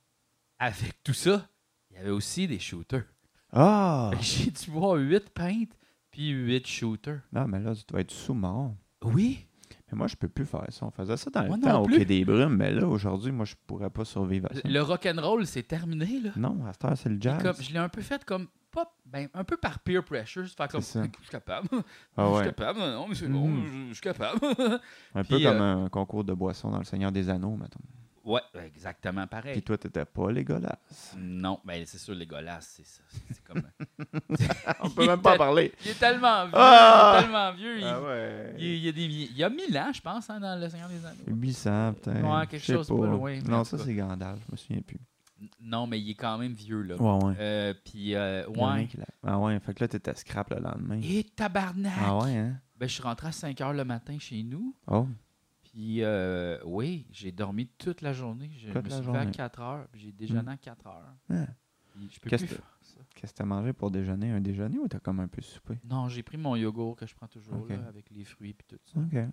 avec tout ça, il y avait aussi des shooters.
Ah!
J'ai dû boire 8 pintes
puis 8 shooters.
Non, mais là, tu dois être sous-mort.
Oui?
Mais moi, je peux plus faire ça. On faisait ça dans
Moi
le
non
temps au
plus.
Quai des Brumes, mais là, aujourd'hui, moi, je pourrais pas survivre à ça.
Le rock'n'roll, c'est terminé, là.
Non, à cette heure, c'est le
Puis
jazz.
comme- je l'ai un peu fait comme, pas, ben, un peu par peer pressure, se faire comme,
C'est ça.
je suis capable,
Ah
je suis
ouais.
capable, non, mais c'est bon,
Mhm.
je- je suis capable.
Un
Puis, euh,
peu comme un concours de boissons dans Le Seigneur des Anneaux, mettons.
ouais, exactement pareil.
Puis toi, t'étais pas dégueulasse.
Non, mais c'est sûr, les golasses, c'est ça. C'est comme.
On peut même pas en parler.
Il est tellement vieux,
Ah!
il est tellement vieux. Il,
Ah ouais.
il- il y a des, il y a 1000 ans, je pense, hein, dans Le Seigneur des Anneaux.
800, peut-être.
Ouais, quelque
hein, Je sais
chose pas loin, mais en
Non,
tout
ça,
cas.
c'est Gandalf, je me souviens plus.
N- Non, mais il est quand même vieux, là.
Ouais, ouais.
Euh, puis, euh,
Il y en a un
ouais.
qui l'a- Ah ouais, fait que là, t'étais scrap le lendemain.
Et tabarnak!
Ah ouais, hein?
Ben, je suis rentré à 5 h le matin chez nous.
Oh,
Puis, euh, oui, j'ai dormi toute la journée. Je
Toute
me
la
suis levé à
journée.
4 h, puis j'ai déjeuné à 4 h.
Ah.
Je peux
Qu'est-ce que-
plus faire ça.
qu'est-ce que t'as mangé pour déjeuner? Un déjeuner ou t'as comme un peu soupé?
Non, j'ai pris mon yogourt que je prends toujours,
Ok.
là, avec les fruits, puis tout ça.
OK. Ouais,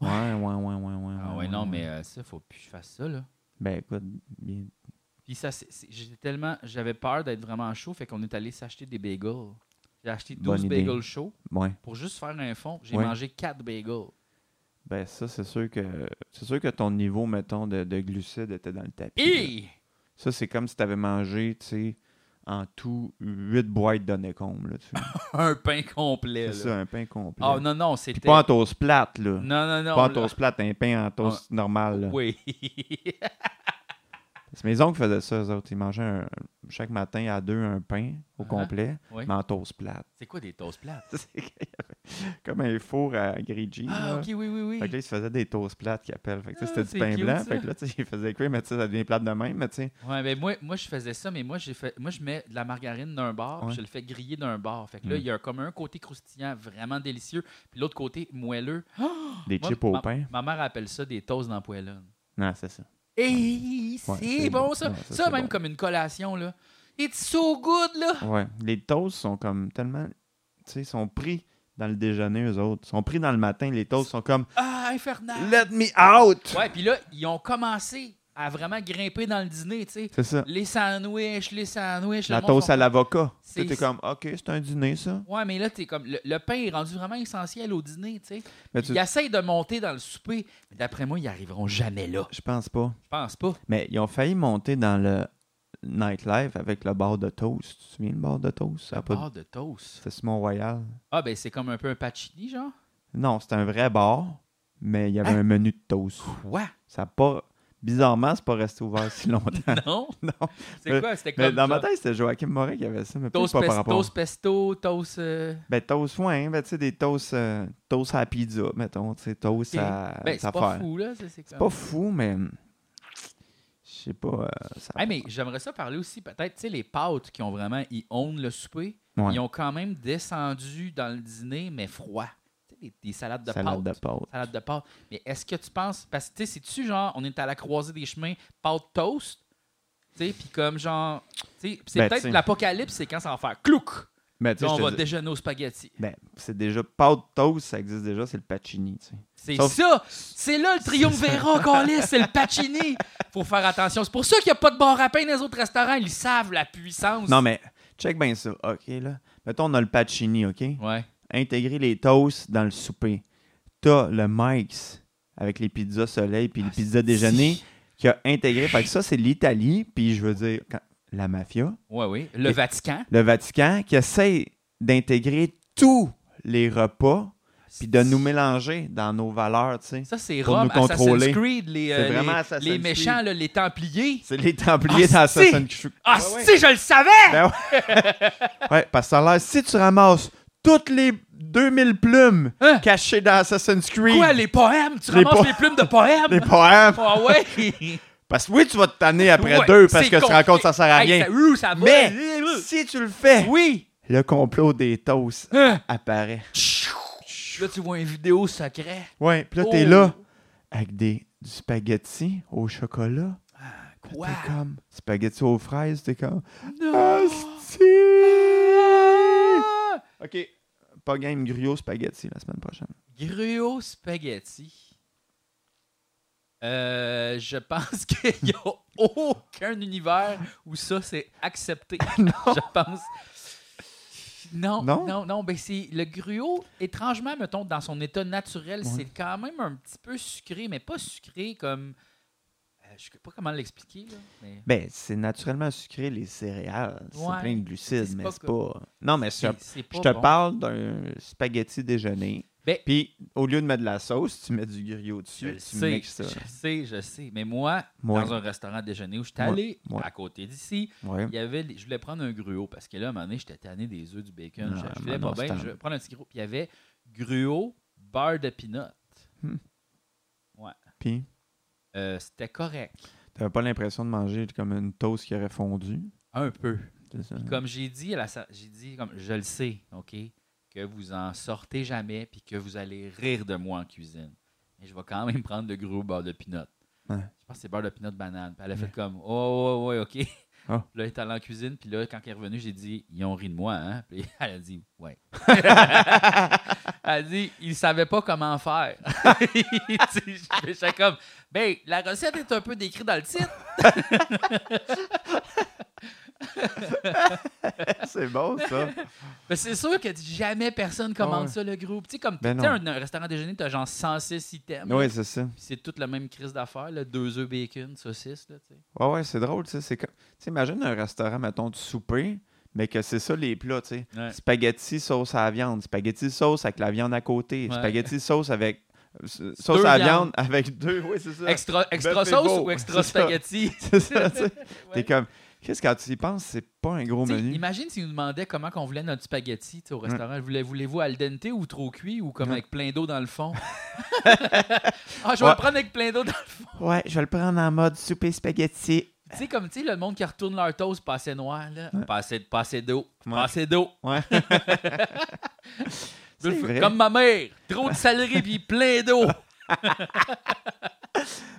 ouais, ouais, ouais, ouais. ouais
Ah, ouais, non, mais euh, ça, faut plus que je fasse ça, là.
Ben écoute, bien.
Puis ça, c'est- c'est- j'étais tellement, j'avais peur d'être vraiment chaud, fait qu'on est allé s'acheter des bagels. J'ai acheté
Bonne
12
idée.
bagels chauds
Ouais.
pour juste faire un fond. J'ai
Ouais.
mangé 4 bagels.
Ben ça, c'est sûr que c'est sûr que ton niveau, mettons, de, de glucides était dans le tapis. là.
Et
Ça, c'est comme si t'avais mangé, tu sais, en tout 8 boîtes de Necombe, là, tu sais.
un pain complet.
C'est
là.
ça, un pain complet.
Ah non, non,
Puis
c'était.
pas en toast plate, là.
Non, non, non.
pas en
là- Ah,
toast plate, un pain en toast normal, là.
Oui.
C'est mes oncles qui faisaient ça, eux autres. Ils mangeaient un- chaque matin à deux un pain au
Ah,
complet,
oui.
mais en toast plate.
C'est quoi des toasts plates?
C'est comme un four à grilled cheese,
Ah,
là.
ok, oui, oui, oui.
Fait que là, ils se faisaient des toasts plates qu'ils appellent. Fait que tu sais,
Ah,
c'était
c'est
du pain
cute,
blanc.
ça.
Fait que là, tu sais, ils faisaient cuire, mais tu sais, ça devient plate de même. Mais tu sais,
Ouais, ben moi, moi, je faisais ça, mais moi, j'ai fait, moi, je mets de la margarine d'un bar, puis
Ouais.
je le fais griller d'un bar. Fait que là,
Mm.
il y a comme un côté croustillant, vraiment délicieux, puis l'autre côté moelleux.
des
Moi,
chips au
ma-
pain.
Ma mère appelle ça des toasts d'empoilonne.
Non, c'est ça.
Et c'est
c'est
bon,
bon.
ça.
Non,
ça,
ça, c'est
même
bon.
comme une collation, là. It's so good, là.
Ouais. Les toasts sont comme tellement. Tu sais, ils sont pris dans le déjeuner, eux autres. Ils sont pris dans le matin. Les toasts sont comme
Ah, infernal.
Let me out!
Ouais, puis là, ils ont commencé à vraiment grimper dans le dîner, tu sais.
C'est ça.
Les sandwichs, les sandwichs. le
La
monde
toast
font-
à l'avocat. Tu
C'est-
sais, T'es comme, OK, c'est un dîner, ça.
Ouais, mais là, t'es comme. Le, le pain est rendu vraiment essentiel au dîner, tu sais.
Mais tu-
Ils essayent de monter dans le souper, mais d'après moi, ils arriveront jamais là.
Je pense pas.
Je pense pas.
Mais ils ont failli monter dans le nightlife avec le bar de toast. Tu te souviens le bar de toast? Ça a
Un
pas-
bar de toast.
C'était Simon Royal.
Ah, ben, c'est comme un peu un pachini, genre.
Non, c'était un vrai bar, mais il y avait
Hein?
un menu de toast.
Ouais.
Ça a pas. Bizarrement, c'est pas resté ouvert si longtemps.
Non?
Non.
C'est quoi? C'était comme.
Mais dans ma
genre,
tête, c'était Joachim Morin qui avait ça, mais peut-être
Toast,
pas par
pes-
rapport.
toast pesto, toast. euh,
Ben, toast, ouais, hein, ben, tu sais, des toasts, euh, toasts à la pizza, mettons, tu sais, toast
Ok.
à.
Ben,
à
c'est pas
faire.
fou, là. C'est c'est
C'est
comme-
pas fou, mais. hmm, Je sais pas. euh, ça-
Hey, mais j'aimerais ça parler aussi, peut-être, tu sais, les pâtes qui ont vraiment, ils own le souper,
Ouais.
ils ont quand même descendu dans le dîner, mais froid. Tu sais, des, des salades de
Salade
pâtes.
de pâtes.
Salade de pâtes. Mais est-ce que tu penses, parce que, tu sais, c'est-tu genre, on est à la croisée des chemins, pâtes toast, tu sais, puis comme genre, tu sais, c'est
Ben,
peut-être
tu sais.
l'apocalypse, c'est quand ça va faire clouc.
Mais tu sais,
Là, on
je te
va
dis-
déjeuner au spaghetti.
ben, c'est déjà. Pâte toast, ça existe déjà, c'est le pacini, tu sais.
C'est
Sauf-
ça! C'est là le triumvirat qu'on laisse, c'est le Pacini! Faut faire attention. C'est pour ça qu'il n'y a pas de bar à pain dans les autres restaurants. Ils savent la puissance.
Non, mais check bien ça. OK, là. Mettons, on a le Pacini, OK?
Ouais.
Intégrer les toasts dans le souper. T'as le Mike's avec les pizzas soleil puis les
Ah,
pizzas déjeuner qui a intégré. Fait que ça, c'est l'Italie. Puis je veux dire, quand- la mafia,
Oui, oui. Le
Et-
Vatican.
le Vatican, qui essaie d'intégrer tous les repas puis de nous mélanger dans nos valeurs, tu sais.
Ça, c'est
pour
Rome,
nous contrôler.
Assassin's Creed, les, euh,
C'est vraiment
les-
Assassin's
les
Creed.
méchants, là, les Templiers.
C'est les Templiers
Ah,
dans
si!
Assassin's Creed.
Ah,
Ouais, ouais.
si, je le savais!
Ben ouais. ouais, parce que ça a l'air, si tu ramasses toutes les 2000 plumes
Hein?
cachées dans Assassin's Creed,
Quoi, les poèmes? Tu
Les
ramasses
po-
les plumes de poèmes?
les poèmes,
Ah, ouais!
parce que oui, tu vas te tanner après
Ouais,
deux parce
c'est
que tu te
compliqué.
rends compte que ça sert à
Hey,
rien.
ça- ouh, ça va.
Mais si tu le fais,
Oui!
le complot des toasts
Hein?
apparaît.
Là, tu vois une vidéo secrète.
Ouais, puis là, t'es
Oh.
là avec des, du spaghetti au chocolat.
Quoi?
T'es comme spaghetti aux fraises, t'es comme.
Non!
Asti! Ok, pas game griot spaghetti la semaine prochaine.
Gruau spaghetti. Euh, je pense qu'il n'y a aucun univers où ça c'est accepté. Je pense.
Non,
Non?
non, non, ben c'est le gruau, étrangement, mettons, dans son état naturel,
Ouais.
c'est quand même un petit peu sucré, mais pas sucré comme. euh, je sais pas comment l'expliquer, là. Mais...
Ben, c'est naturellement sucré, les céréales.
Ouais.
C'est plein de
C'est
glucides, mais
pas
c'est
comme-
pas... Non, mais je,
C'est- c'est pas
je te
bon.
parle d'un spaghetti déjeuner.
Ben-
Puis, au lieu de mettre de la sauce, tu mets du griot
Je
dessus.
le
Tu
sais,
mixes ça.
je sais, je sais. Mais moi,
Ouais.
dans un restaurant déjeuner où je suis
Ouais,
allé,
ouais.
à côté d'ici,
Ouais.
il y avait, les- je voulais prendre un gruau parce que là, à un moment donné, j'étais tanné des œufs, du bacon.
Non,
je- je
mais
voulais
non,
pas
c'est
bien,
un-
je voulais prendre un petit gruau. Puis il y avait gruau, beurre de peanut.
Puis,
Euh, C'était correct.
t'avais pas l'impression de manger comme une toast qui aurait fondu.
Un peu.
C'est ça.
Comme j'ai dit, à la sa- j'ai dit comme je le sais, OK, que vous en sortez jamais puis que vous allez rire de moi en cuisine. Mais je vais quand même prendre le gros beurre de peanut.
Ouais.
Je pense que c'est beurre de peanut banane. Puis elle a fait comme Oh ouais ouais OK.
Ah.
Puis Là, elle est allée en cuisine, puis là, quand elle est revenue, j'ai dit Ils ont ri de moi, hein? Puis elle a dit Ouais. elle a dit Ils savaient pas comment faire. Tu sais, J'étais comme Ben, la recette est un peu décrite dans le titre.
c'est bon, ça.
Ben, c'est sûr que jamais personne commande
Ouais.
ça, le groupe. Tu sais, comme
Ben
tu sais,
non.
un, un restaurant déjeuner, t'as genre 106 items.
oui, c'est ça.
Puis c'est toute la même crise d'affaires, là. Deux œufs bacon, saucisse, là, tu sais.
Ouais, ouais, c'est drôle, tu sais. c'est Comme... Tu sais, imagine un restaurant, mettons, du souper, mais que c'est ça les plats, tu sais.
Ouais.
Spaghetti sauce à la viande, spaghetti sauce avec la viande à côté,
Ouais.
spaghetti sauce avec. euh, Sauce à la viande
viandes.
avec deux, oui, c'est ça.
Extra, extra
Buffet
sauce
veau.
ou extra
C'est ça.
spaghetti?
c'est ça, tu sais. T'es
Ouais.
comme. Qu'est-ce que quand tu y penses, c'est pas un gros
Tu sais,
menu.
Imagine s'ils nous demandaient comment qu'on voulait notre spaghetti tu sais, au restaurant. Voulez- Voulez-vous al dente ou trop cuit ou comme
Ouais.
avec plein d'eau dans le fond? ah, je vais
Ouais.
le prendre avec plein d'eau dans le fond.
Ouais, je vais le prendre en mode souper spaghetti.
Tu sais, comme tu sais, le monde qui retourne leur toast, pas assez noir, là.
Ouais.
Pas assez- pas assez d'eau.
Ouais.
Pas assez d'eau.
Ouais.
Je
C'est
le fais
vrai.
Comme ma mère, trop de salerie puis plein d'eau.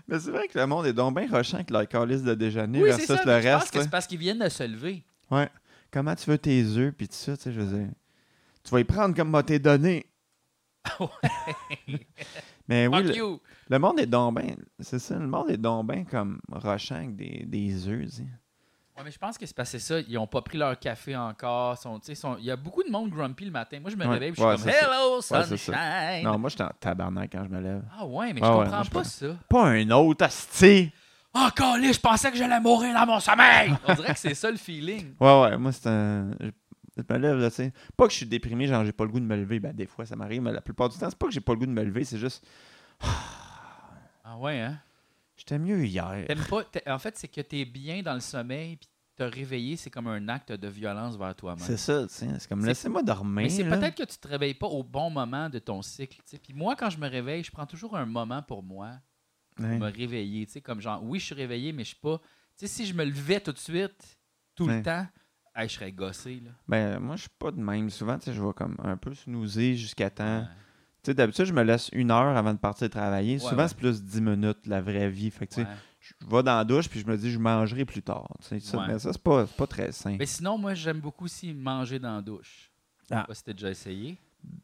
Mais c'est vrai que le monde est donc bien rochant avec leur calice de déjeuner
Oui, c'est
versus
ça.
le
mais je pense
reste.
que
là.
c'est parce qu'ils viennent de se lever.
Ouais. Comment tu veux tes œufs, puis tout ça, tu sais, je veux dire. Tu vas y prendre comme m'a t'es donné. Mais oui,
Fuck
le,
you.
le monde est donc ben, c'est ça, le monde est donc ben comme rochant avec des, des œufs, tu sais.
Ouais, mais je pense que c'est parce que c'est ça. Ils ont pas pris leur café encore. Sont, tu sais, sont- Il y a beaucoup de monde grumpy le matin. Moi, je me
Ouais.
réveille et je
Ouais,
suis comme
c'est ça.
Hello,
c'est
sunshine.
ça. Non, moi, je suis en tabarnak quand je me lève.
Ah ouais, mais
Ah
je
ouais,
comprends
moi, je
pas
pense-
ça.
Pas un autre, asti!
Encore là, je pensais que j'allais mourir dans mon sommeil. On dirait que c'est ça le feeling.
Ouais, ouais, moi, c'est un... Je je me lève, là, tu sais. Pas que je suis déprimé, genre, j'ai pas le goût de me lever. Ben, des fois, ça m'arrive, mais la plupart du temps, c'est pas que j'ai pas le goût de me lever, c'est juste...
Ah ouais, hein?
J'étais mieux hier.
T'aimes pas. t'es- En fait, c'est que t'es bien dans le sommeil puis te réveiller, c'est comme un acte de violence vers toi-même.
C'est ça, tu sais. C'est comme,
C'est-
laissez-moi dormir,
Mais c'est
là.
peut-être que tu te réveilles pas au bon moment de ton cycle. tu sais. Puis moi, quand je me réveille, je prends toujours un moment pour moi, pour
Ouais.
me réveiller. tu sais, Comme genre, oui, je suis réveillé, mais je suis pas. Tu sais, si je me levais tout de suite, tout
Ouais.
le temps, hey, je serais gossé. Là.
Ben, moi, je suis pas de même. Souvent, tu sais, je vais comme un peu snoozer jusqu'à temps.
Ouais.
Tu sais, d'habitude, je me laisse une heure avant de partir travailler.
Ouais,
Souvent,
ouais.
c'est plus 10 minutes, la vraie vie. Fait que, tu sais,
Ouais.
je je vais dans la douche, puis je me dis, je mangerai plus tard. tu sais, ça.
Ouais.
Mais ça, c'est pas, c'est pas très sain.
Mais sinon, moi, j'aime beaucoup aussi manger dans la douche. Je
Ah.
sais pas si t'as déjà essayé.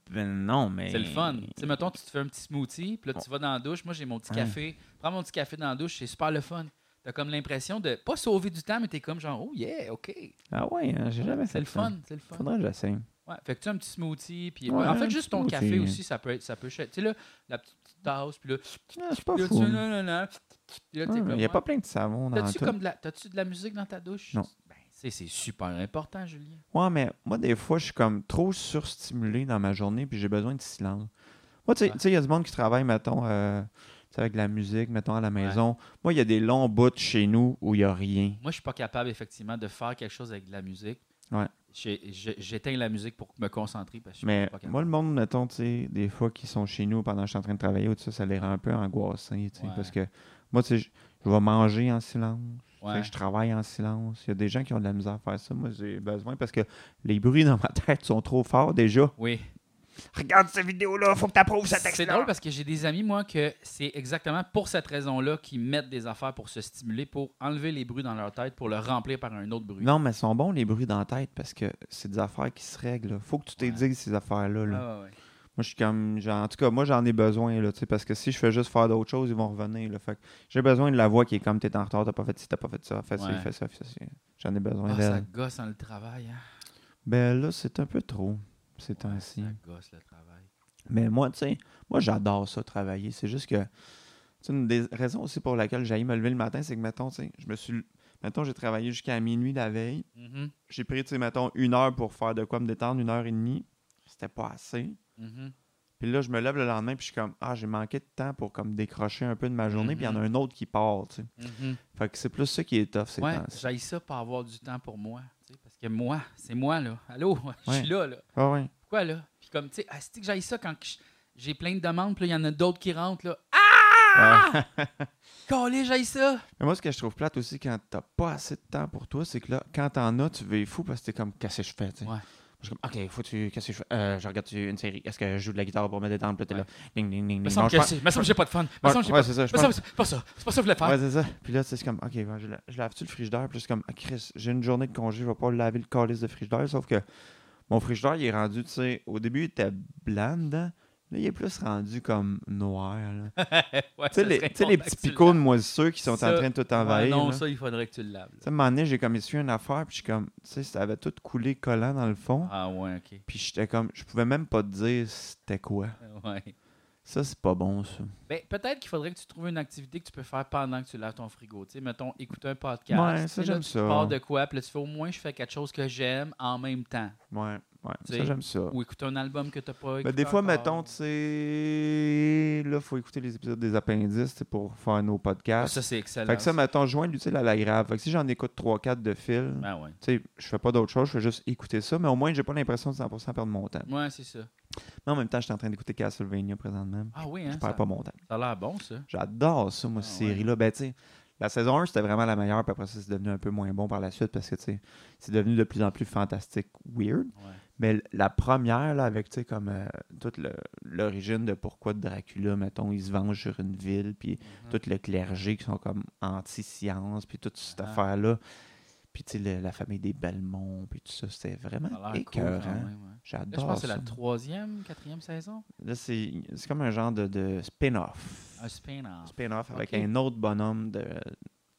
Ben, non, mais.
C'est le fun. Tu sais, mettons, tu te fais un petit smoothie, puis là, tu vas dans la douche. Moi, j'ai mon petit
Ouais.
café. Prends mon petit café dans la douche, c'est super le fun. T'as comme l'impression de pas sauver du temps, mais t'es comme genre, oh yeah, OK.
Ah ouais, hein, j'ai jamais fait
C'est le
ça.
fun, c'est le fun.
Faudrait que j'essaie.
Ouais, fait que tu as un petit smoothie. Puis,
Ouais,
en
un
fait,
petit
juste ton
smoothie.
café aussi, ça peut être. Ça peut, ch- tu sais, là, la petite tasse, puis là.
Ah, c'est pas
là,
fou.
tu- nan, nan, nan, puis là, tu sais,
Il
comme,
n'y a
ouais.
pas plein de savon dans
T'as-tu
tout.
comme de la, t'as-tu de la musique dans ta douche?
Non.
Ben, tu sais, c'est super important, Julien.
Ouais, mais moi, des fois, je suis comme trop surstimulé dans ma journée, puis j'ai besoin de silence. Moi, tu sais-
Ouais.
tu sais, il y a du monde qui travaille, mettons, euh, tu sais, avec de la musique, mettons, à la maison. Moi, il y a des longs bouts de chez nous où il n'y a rien.
Moi, je suis pas capable, effectivement, de faire quelque chose avec de la musique.
Ouais.
J'ai- j'ai- J'éteins la musique pour me concentrer parce que je suis
Mais
pas capable.
moi, le monde, mettons, tu sais, des fois, qui sont chez nous pendant que je suis en train de travailler, ou tout ça, ça les rend un peu angoissés, tu sais,
Ouais.
parce que moi, tu sais, je- je vais manger en silence. tu sais,
Ouais.
Je travaille en silence. Il y a des gens qui ont de la misère à faire ça. Moi, j'ai besoin parce que les bruits dans ma tête sont trop forts déjà.
Oui.
Regarde cette vidéo-là, faut que t'approuves cet
C'est
texte-là.
drôle parce que j'ai des amis, moi, que c'est exactement pour cette raison-là qu'ils mettent des affaires pour se stimuler, pour enlever les bruits dans leur tête, pour le remplir par un autre bruit.
Non, mais ils sont bons les bruits dans la tête parce que c'est des affaires qui se règlent. là. Faut que tu t'es
Ouais.
dises ces affaires-là. là.
Ah, ouais, ouais.
Moi, je suis comme. genre, en tout cas, moi, j'en ai besoin. Là, tu sais, parce que si je fais juste faire d'autres choses, ils vont revenir. Là, fait que j'ai besoin de la voix qui est comme t'es en retard, t'as pas fait ci, t'as pas fait ça, fais ça,
Ouais.
fais ça, fais ça. J'en ai besoin
Ah, ça
d'elle.
gosse dans le travail. hein.
Ben là, c'est un peu trop, ces temps-ci.
Ça gosse le travail.
Mais moi, tu sais, moi, j'adore ça, travailler. C'est juste que, tu sais, une des raisons aussi pour laquelle j'ai me lever le matin, c'est que, mettons, tu sais, je me suis. Mettons, j'ai travaillé jusqu'à minuit la veille.
Mhm,
J'ai pris, tu sais, mettons, une heure pour faire de quoi me détendre, une heure et demie. C'était pas assez.
mhm.
Puis là, je me lève le lendemain, puis je suis comme, ah, j'ai manqué de temps pour comme décrocher un peu de ma journée, puis il y en a
Mm-hmm.
un autre qui part, tu sais.
Mhm.
Fait que c'est plus ça qui est tough, ces
Ouais,
temps-ci.
j'aille ça pour avoir du temps pour moi. tu sais, Parce que moi, c'est moi, là. Allô, je
Ouais.
suis là, là.
Ah ouais.
Pourquoi, là? Puis comme, tu sais, ah, c'est que j'aille ça quand que je- j'ai plein de demandes, puis là, il y en a d'autres qui rentrent, là. Ah!
Ouais.
Collé, j'aille ça!
Mais moi, ce que je trouve plate aussi quand t'as pas assez de temps pour toi, c'est que là, quand t'en as, tu veux fou parce que t'es comme, qu'est-ce que je fais, tu sais.
Ouais.
Je suis comme, ok, faut que tu. Qu'est-ce que je fais? Euh, je regarde une série. Est-ce que je joue de la guitare pour me détendre? Puis là, t'es là. Ding, ding, ding,
Me
ding.
semble
Non, je
que
pense-
c'est- me semble que j'ai pas de fun. Me
Ouais,
semble que j'ai
ouais,
pas
c'est ça, je
me semble que c'est pas ça. C'est pas ça que je voulais faire.
Ouais, c'est ça. Puis là, tu sais, c'est comme, OK, ouais, je, la- je lave-tu le frigidaire? Puis là, c'est comme, ah, Chris, j'ai une journée de congé, je vais pas laver le calice de frigidaire. Sauf que mon frigidaire, il est rendu, tu sais, au début, il était blanc dedans. Là, il est plus rendu comme noir. là.
Ouais,
Tu sais,
ça
les,
serait
tu sais, les
bon
petits
que tu
picots de
le
moisissure qui sont
Ça,
en train de tout
laves. Ouais,
envahir.
non,
là.
ça, il faudrait que tu le laves. là.
Tu sais, à un moment donné, j'ai comme essuyé une affaire, puis je suis comme, tu sais, ça avait tout coulé collant dans le fond.
Ah, ouais, OK.
Puis j'étais comme, je pouvais même pas te dire c'était quoi.
Ouais.
Ça, c'est pas bon, ça.
Ben, peut-être qu'il faudrait que tu trouves une activité que tu peux faire pendant que tu laves ton frigo. Tu sais, mettons, écouter un podcast.
Ouais, ça,
Tu sais, là,
j'aime
tu
ça.
pars de quoi, puis là, tu fais au moins, je fais quelque chose que j'aime en même temps.
Ouais, ouais.
Tu sais,
ça, j'aime ça.
Ou écouter un album que tu pas écouté.
Ben, des fois,
encore.
mettons, tu sais, là, faut écouter les épisodes des appendices tu sais, pour faire nos
Ah,
podcasts.
Ça, c'est excellent.
fait que ça, mettons, joins l'utile à la grave. Fait que si j'en écoute 3-4 de fil,
Ben, ouais.
tu sais, je fais pas d'autre chose, je fais juste écouter ça, mais au moins, j'ai pas l'impression de 100% perdre mon temps.
Ouais, c'est ça.
Mais en même temps, je suis en train d'écouter Castlevania présentement.
Ah oui,
Je
hein. Ça,
perds pas mon temps.
ça a l'air bon, ça.
J'adore ça, moi,
Ah,
cette
ouais.
série-là. Ben, tu sais, la saison 1, c'était vraiment la meilleure, puis après ça, c'est devenu un peu moins bon par la suite parce que, tu sais, c'est devenu de plus en plus fantastique, weird.
Ouais.
Mais l- la première, là, avec, tu sais, comme euh, toute le- l'origine de pourquoi Dracula, mettons, il se venge sur une ville, puis
Hum.
tout le clergé qui sont comme anti-science, puis toute cette
Ah.
affaire-là. Puis, tu sais, le- la famille des Belmont, puis tout ça, c'était
Ça
vraiment
a l'air cool, quand
écœurant.
même, ouais. Là, je
J'adore
pense
ça.
que c'est la troisième, quatrième saison.
Là, c'est c'est comme un genre de, de spin-off.
Un spin-off.
spin-off avec
Ok.
un autre bonhomme de,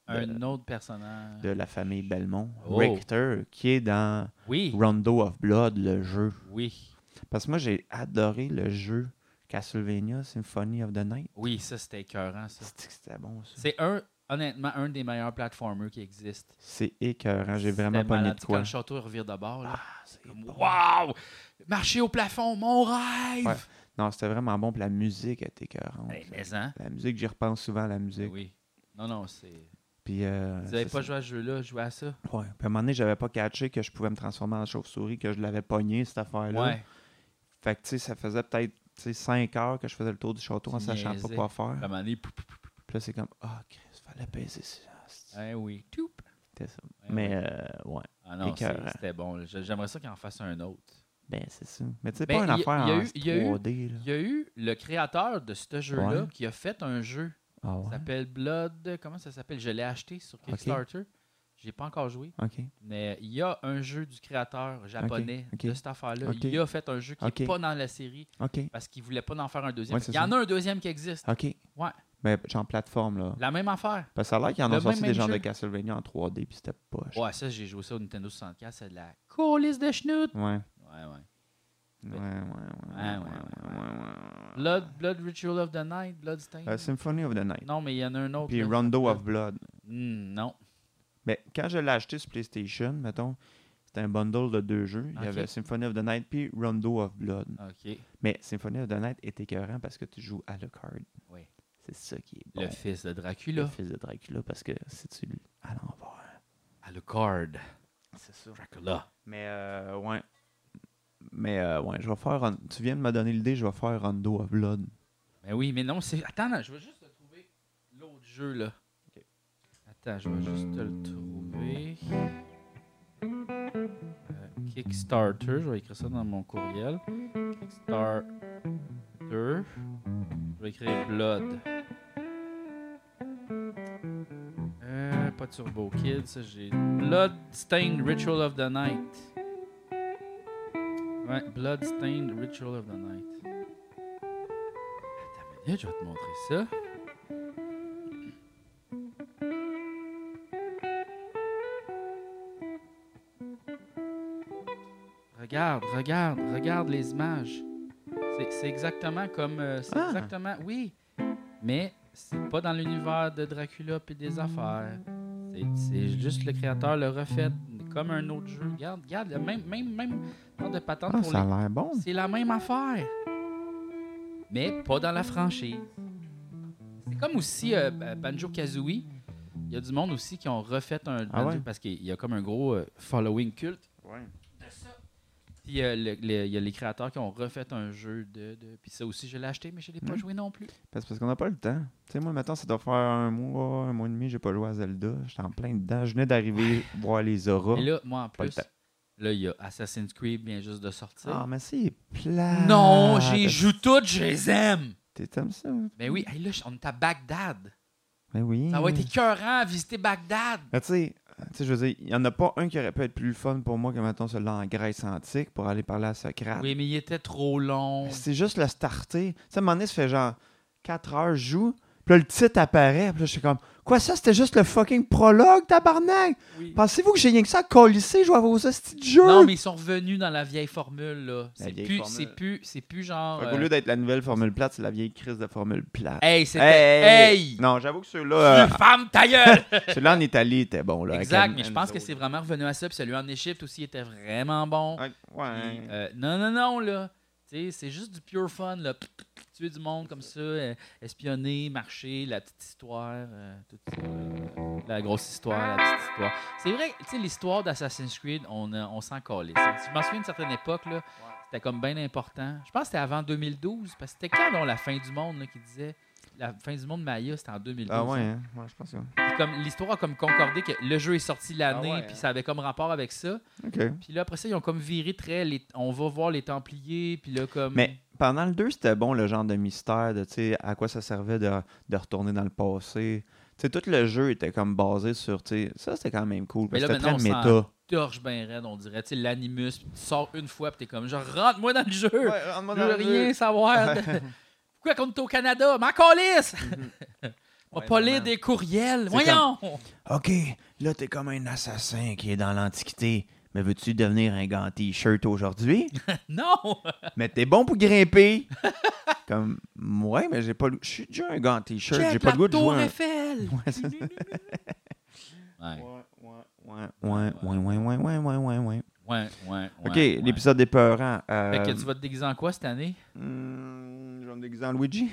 Un autre personnage.
de la famille Belmont,
Oh.
Richter, qui est dans
Oui.
Rondo of Blood, le jeu.
Oui.
Parce que moi, j'ai adoré le jeu Castlevania Symphony of the Night.
Oui, ça, c'était écœurant, ça.
C'est que C'était bon, ça.
C'est un, honnêtement, un des meilleurs platformers qui existent.
C'est écœurant. Ah, J'ai vraiment
C'était
pas mis
malade.
de
Quand
quoi.
le château il revire de bord, là.
Ah, c'est
comme,
bon.
Wow! Marcher au plafond, mon rêve!
Ouais. Non, c'était vraiment bon. Puis la musique était écœurante.
Ben,
là.
mais hein?
La musique, j'y repense souvent à la
Ben
musique.
Oui. Non, non, c'est.
Puis, euh,
Vous
c'est
avez
ça.
pas joué à ce jeu-là, joué à ça?
Ouais. Puis à un moment donné, j'avais pas catché que je pouvais me transformer en chauve-souris, que je l'avais pogné, cette affaire-là.
Ouais.
Fait que, tu sais, ça faisait peut-être 5 heures que je faisais le tour du château en
Tu
sachant pas
niaisais.
quoi faire.
La manée, pou, pou, pou, pou.
Puis là, c'est comme, ah, Chris, fallait baiser ça. C'était
Eh oui. Toup.
ça.
Eh
Mais,
oui.
euh, ouais,
Ah non, c'est-
écœurant.
c'était bon. là. Je- J'aimerais ça qu'il en fasse un autre.
ben, c'est ça. Mais tu sais,
Ben,
pas une
y a-
affaire
y a
en
eu- y a eu-
3D, là.
Il y a eu le créateur de ce jeu-là
Ouais.
qui a fait un jeu.
Ah
Ça
ouais?
s'appelle Blood. Comment ça s'appelle Je l'ai acheté sur
Ok.
Kickstarter. J'ai pas encore joué.
OK.
Mais il y a un jeu du créateur japonais
ok.
de cette affaire-là.
Ok.
Il a fait un jeu qui n'est
Ok.
pas dans la série
OK.
parce qu'il voulait pas en faire un deuxième.
Ouais, c'est
il y en a un deuxième qui existe.
OK.
Ouais.
Mais genre plateforme, là.
La même affaire.
Parce que ça a l'air qu'ils en
Le
ont sorti
même-
des
même
genres de
jeu.
Castlevania en 3D, puis c'était poche.
Ouais, ça, j'ai joué ça au Nintendo 64. C'est de la coulisse de schnout.
Ouais.
Ouais, ouais.
Ouais, ouais, ouais. ouais,
Ben, Ouais, ouais,
ouais, ouais, ouais.
Blood, Blood Ritual of the Night, Bloodstain.
Euh, Symphony of the Night.
non, mais il y en a un autre.
Puis
là.
Rondo of Blood.
Hmm, non.
Mais quand je l'ai acheté sur PlayStation, mettons, c'était un bundle de deux jeux. Il
Ok.
y avait Symphony of the Night puis Rondo of Blood.
OK.
Mais Symphony of the Night est écœurant parce que tu joues Alucard.
Oui.
C'est ça qui est bon.
Le fils de
Le
Dracula.
fils de Dracula parce que si tu le- à l'envers.
Alucard.
C'est ça.
Dracula.
Mais euh, ouais. Mais euh, ouais, je vais faire. Ron- Tu viens de me donner l'idée, je vais faire Rondo of Blood.
Mais Ben oui, mais non, c'est. Attends, là, je vais juste te trouver l'autre jeu, là.
Ok.
Attends, je vais juste te le trouver. Euh, Kickstarter, je vais écrire ça dans mon courriel. Kickstarter. Je vais écrire Blood. Euh, pas Turbo Kid, ça j'ai. Bloodstained Ritual of the Night. Ouais, Bloodstained Ritual of the Night. Attends une minute, je vais te montrer ça. Regarde, regarde, regarde les images. C'est- C'est exactement comme. euh, c'est
Ah.
exactement. Oui. Mais c'est pas dans l'univers de Dracula puis des affaires. C'est- C'est juste le créateur le refait comme un autre jeu. Regarde, regarde, le même, même, même genre de patente
Ah,
pour
ça a
les-
l'air bon.
C'est la même affaire. Mais pas dans la franchise. C'est comme aussi euh, Banjo Kazooie. Il y a du monde aussi qui ont refait un
Ah ouais?
parce qu'il y a comme un gros euh, following culte. Puis euh, le- le- il y a les créateurs qui ont refait un jeu de. de- Puis ça aussi, je l'ai acheté, mais je ne l'ai pas
Mm.
joué non plus.
Parce, parce qu'on n'a pas le temps. Tu sais, moi, maintenant, ça doit faire un mois, un mois et demi, j'ai pas joué à Zelda. J'étais en plein dedans. Je venais d'arriver voir les auras.
Et là, moi en
Pas le
plus,
temps.
là, il y a Assassin's Creed vient juste de sortir.
Ah, mais c'est
Ah.
plat.
non, j'ai joue toutes, je les aime.
T'es comme ça?
Mais oui, hey, là, on est à Bagdad.
Ben oui.
Ça va être écœurant à visiter Bagdad.
Mais tu sais, tu sais, je veux dire, il n'y en a pas un qui aurait pu être plus fun pour moi que, maintenant celui-là en Grèce antique pour aller parler à Socrate.
Oui, mais il était trop long.
Mais C'est juste le starter. Tu sais, à un moment donné, ça fait genre 4 heures, je joue. Puis là, le titre apparaît. Puis là, je suis comme, quoi ça? C'était juste le fucking prologue, tabarnak?
Oui.
Pensez-vous que j'ai rien que ça à colisser, jouer à vos hosties de jeu?
Non, mais ils sont revenus dans la vieille formule, là.
La
C'est
vieille
plus,
formule.
c'est plus, c'est plus genre.
Fait qu'au
euh,
lieu d'être la nouvelle formule plate, c'est la vieille crise de formule plate.
Hey, c'était. Hey!
Non, euh, j'avoue que
Tu
ceux-là,
fermes ta gueule!
euh, ceux-là en Italie étaient bons. Là, avec
exact,
la-
mais je
nous
pense que
autres.
c'est vraiment revenu à ça. Puis celui en Égypte aussi était vraiment bon.
Ouais. hein.
Puis,
ouais.
euh, non, non, non, là. Tu sais, c'est juste du pure fun, là. Pff, pff, pff, Tuer du monde comme ça, euh, espionner, marcher, la petite histoire, euh, tout ça, euh, la grosse histoire, la petite histoire. C'est vrai, tu sais, l'histoire d'Assassin's Creed, on, euh, on s'en calait. Je m'en souviens d'une certaine époque, là, c'était comme bien important. Je pense que c'était avant 2012, parce que c'était quand, donc, la fin du monde, là, qui disait... La fin du monde Maya, c'était en 2012.
Ah ouais,
hein.
hein. ouais je pense que...
Puis comme L'histoire a comme concordé que le jeu est sorti l'année,
Ah ouais,
puis
hein.
ça avait comme rapport avec ça.
OK.
Puis là, après ça, ils ont comme viré très. les- On va voir les Templiers, puis là, comme.
Mais pendant le 2, c'était bon le genre de mystère de tu sais, à quoi ça servait de, de retourner dans le passé. Tu sais, tout le jeu était comme basé sur. tu sais, Ça, c'était quand même cool.
Mais
parce
là,
que C'était très
maintenant, on
méta.
Torche ben raide, on dirait. Tu sais, l'animus, puis tu sors une fois, puis t'es comme genre, rentre-moi dans le jeu! je veux rien savoir. de- Pourquoi qu'on est au Canada? Ma calisse! On va
Ouais,
pas lire
vraiment.
des courriels.
C'est
Voyons!
euh, OK, là, t'es comme un assassin qui est dans l'Antiquité. Mais veux-tu devenir un gant t-shirt aujourd'hui?
Non!
mais t'es bon pour grimper! comme, ouais, mais j'ai pas le. Je suis déjà un gant t-shirt, j'ai
Check
pas
la
le goût de
Tour
jouer. un-
Eiffel!
Ouais, ça- Ouais,
Ouais,
ouais, ouais, ouais, ouais, ouais, ouais, ouais, ouais.
ouais, ouais.
OK,
ouais.
l'épisode des peurants.
Fait que
euh,
tu vas te déguiser en quoi cette année?
Hmm, je vais me déguiser en Luigi.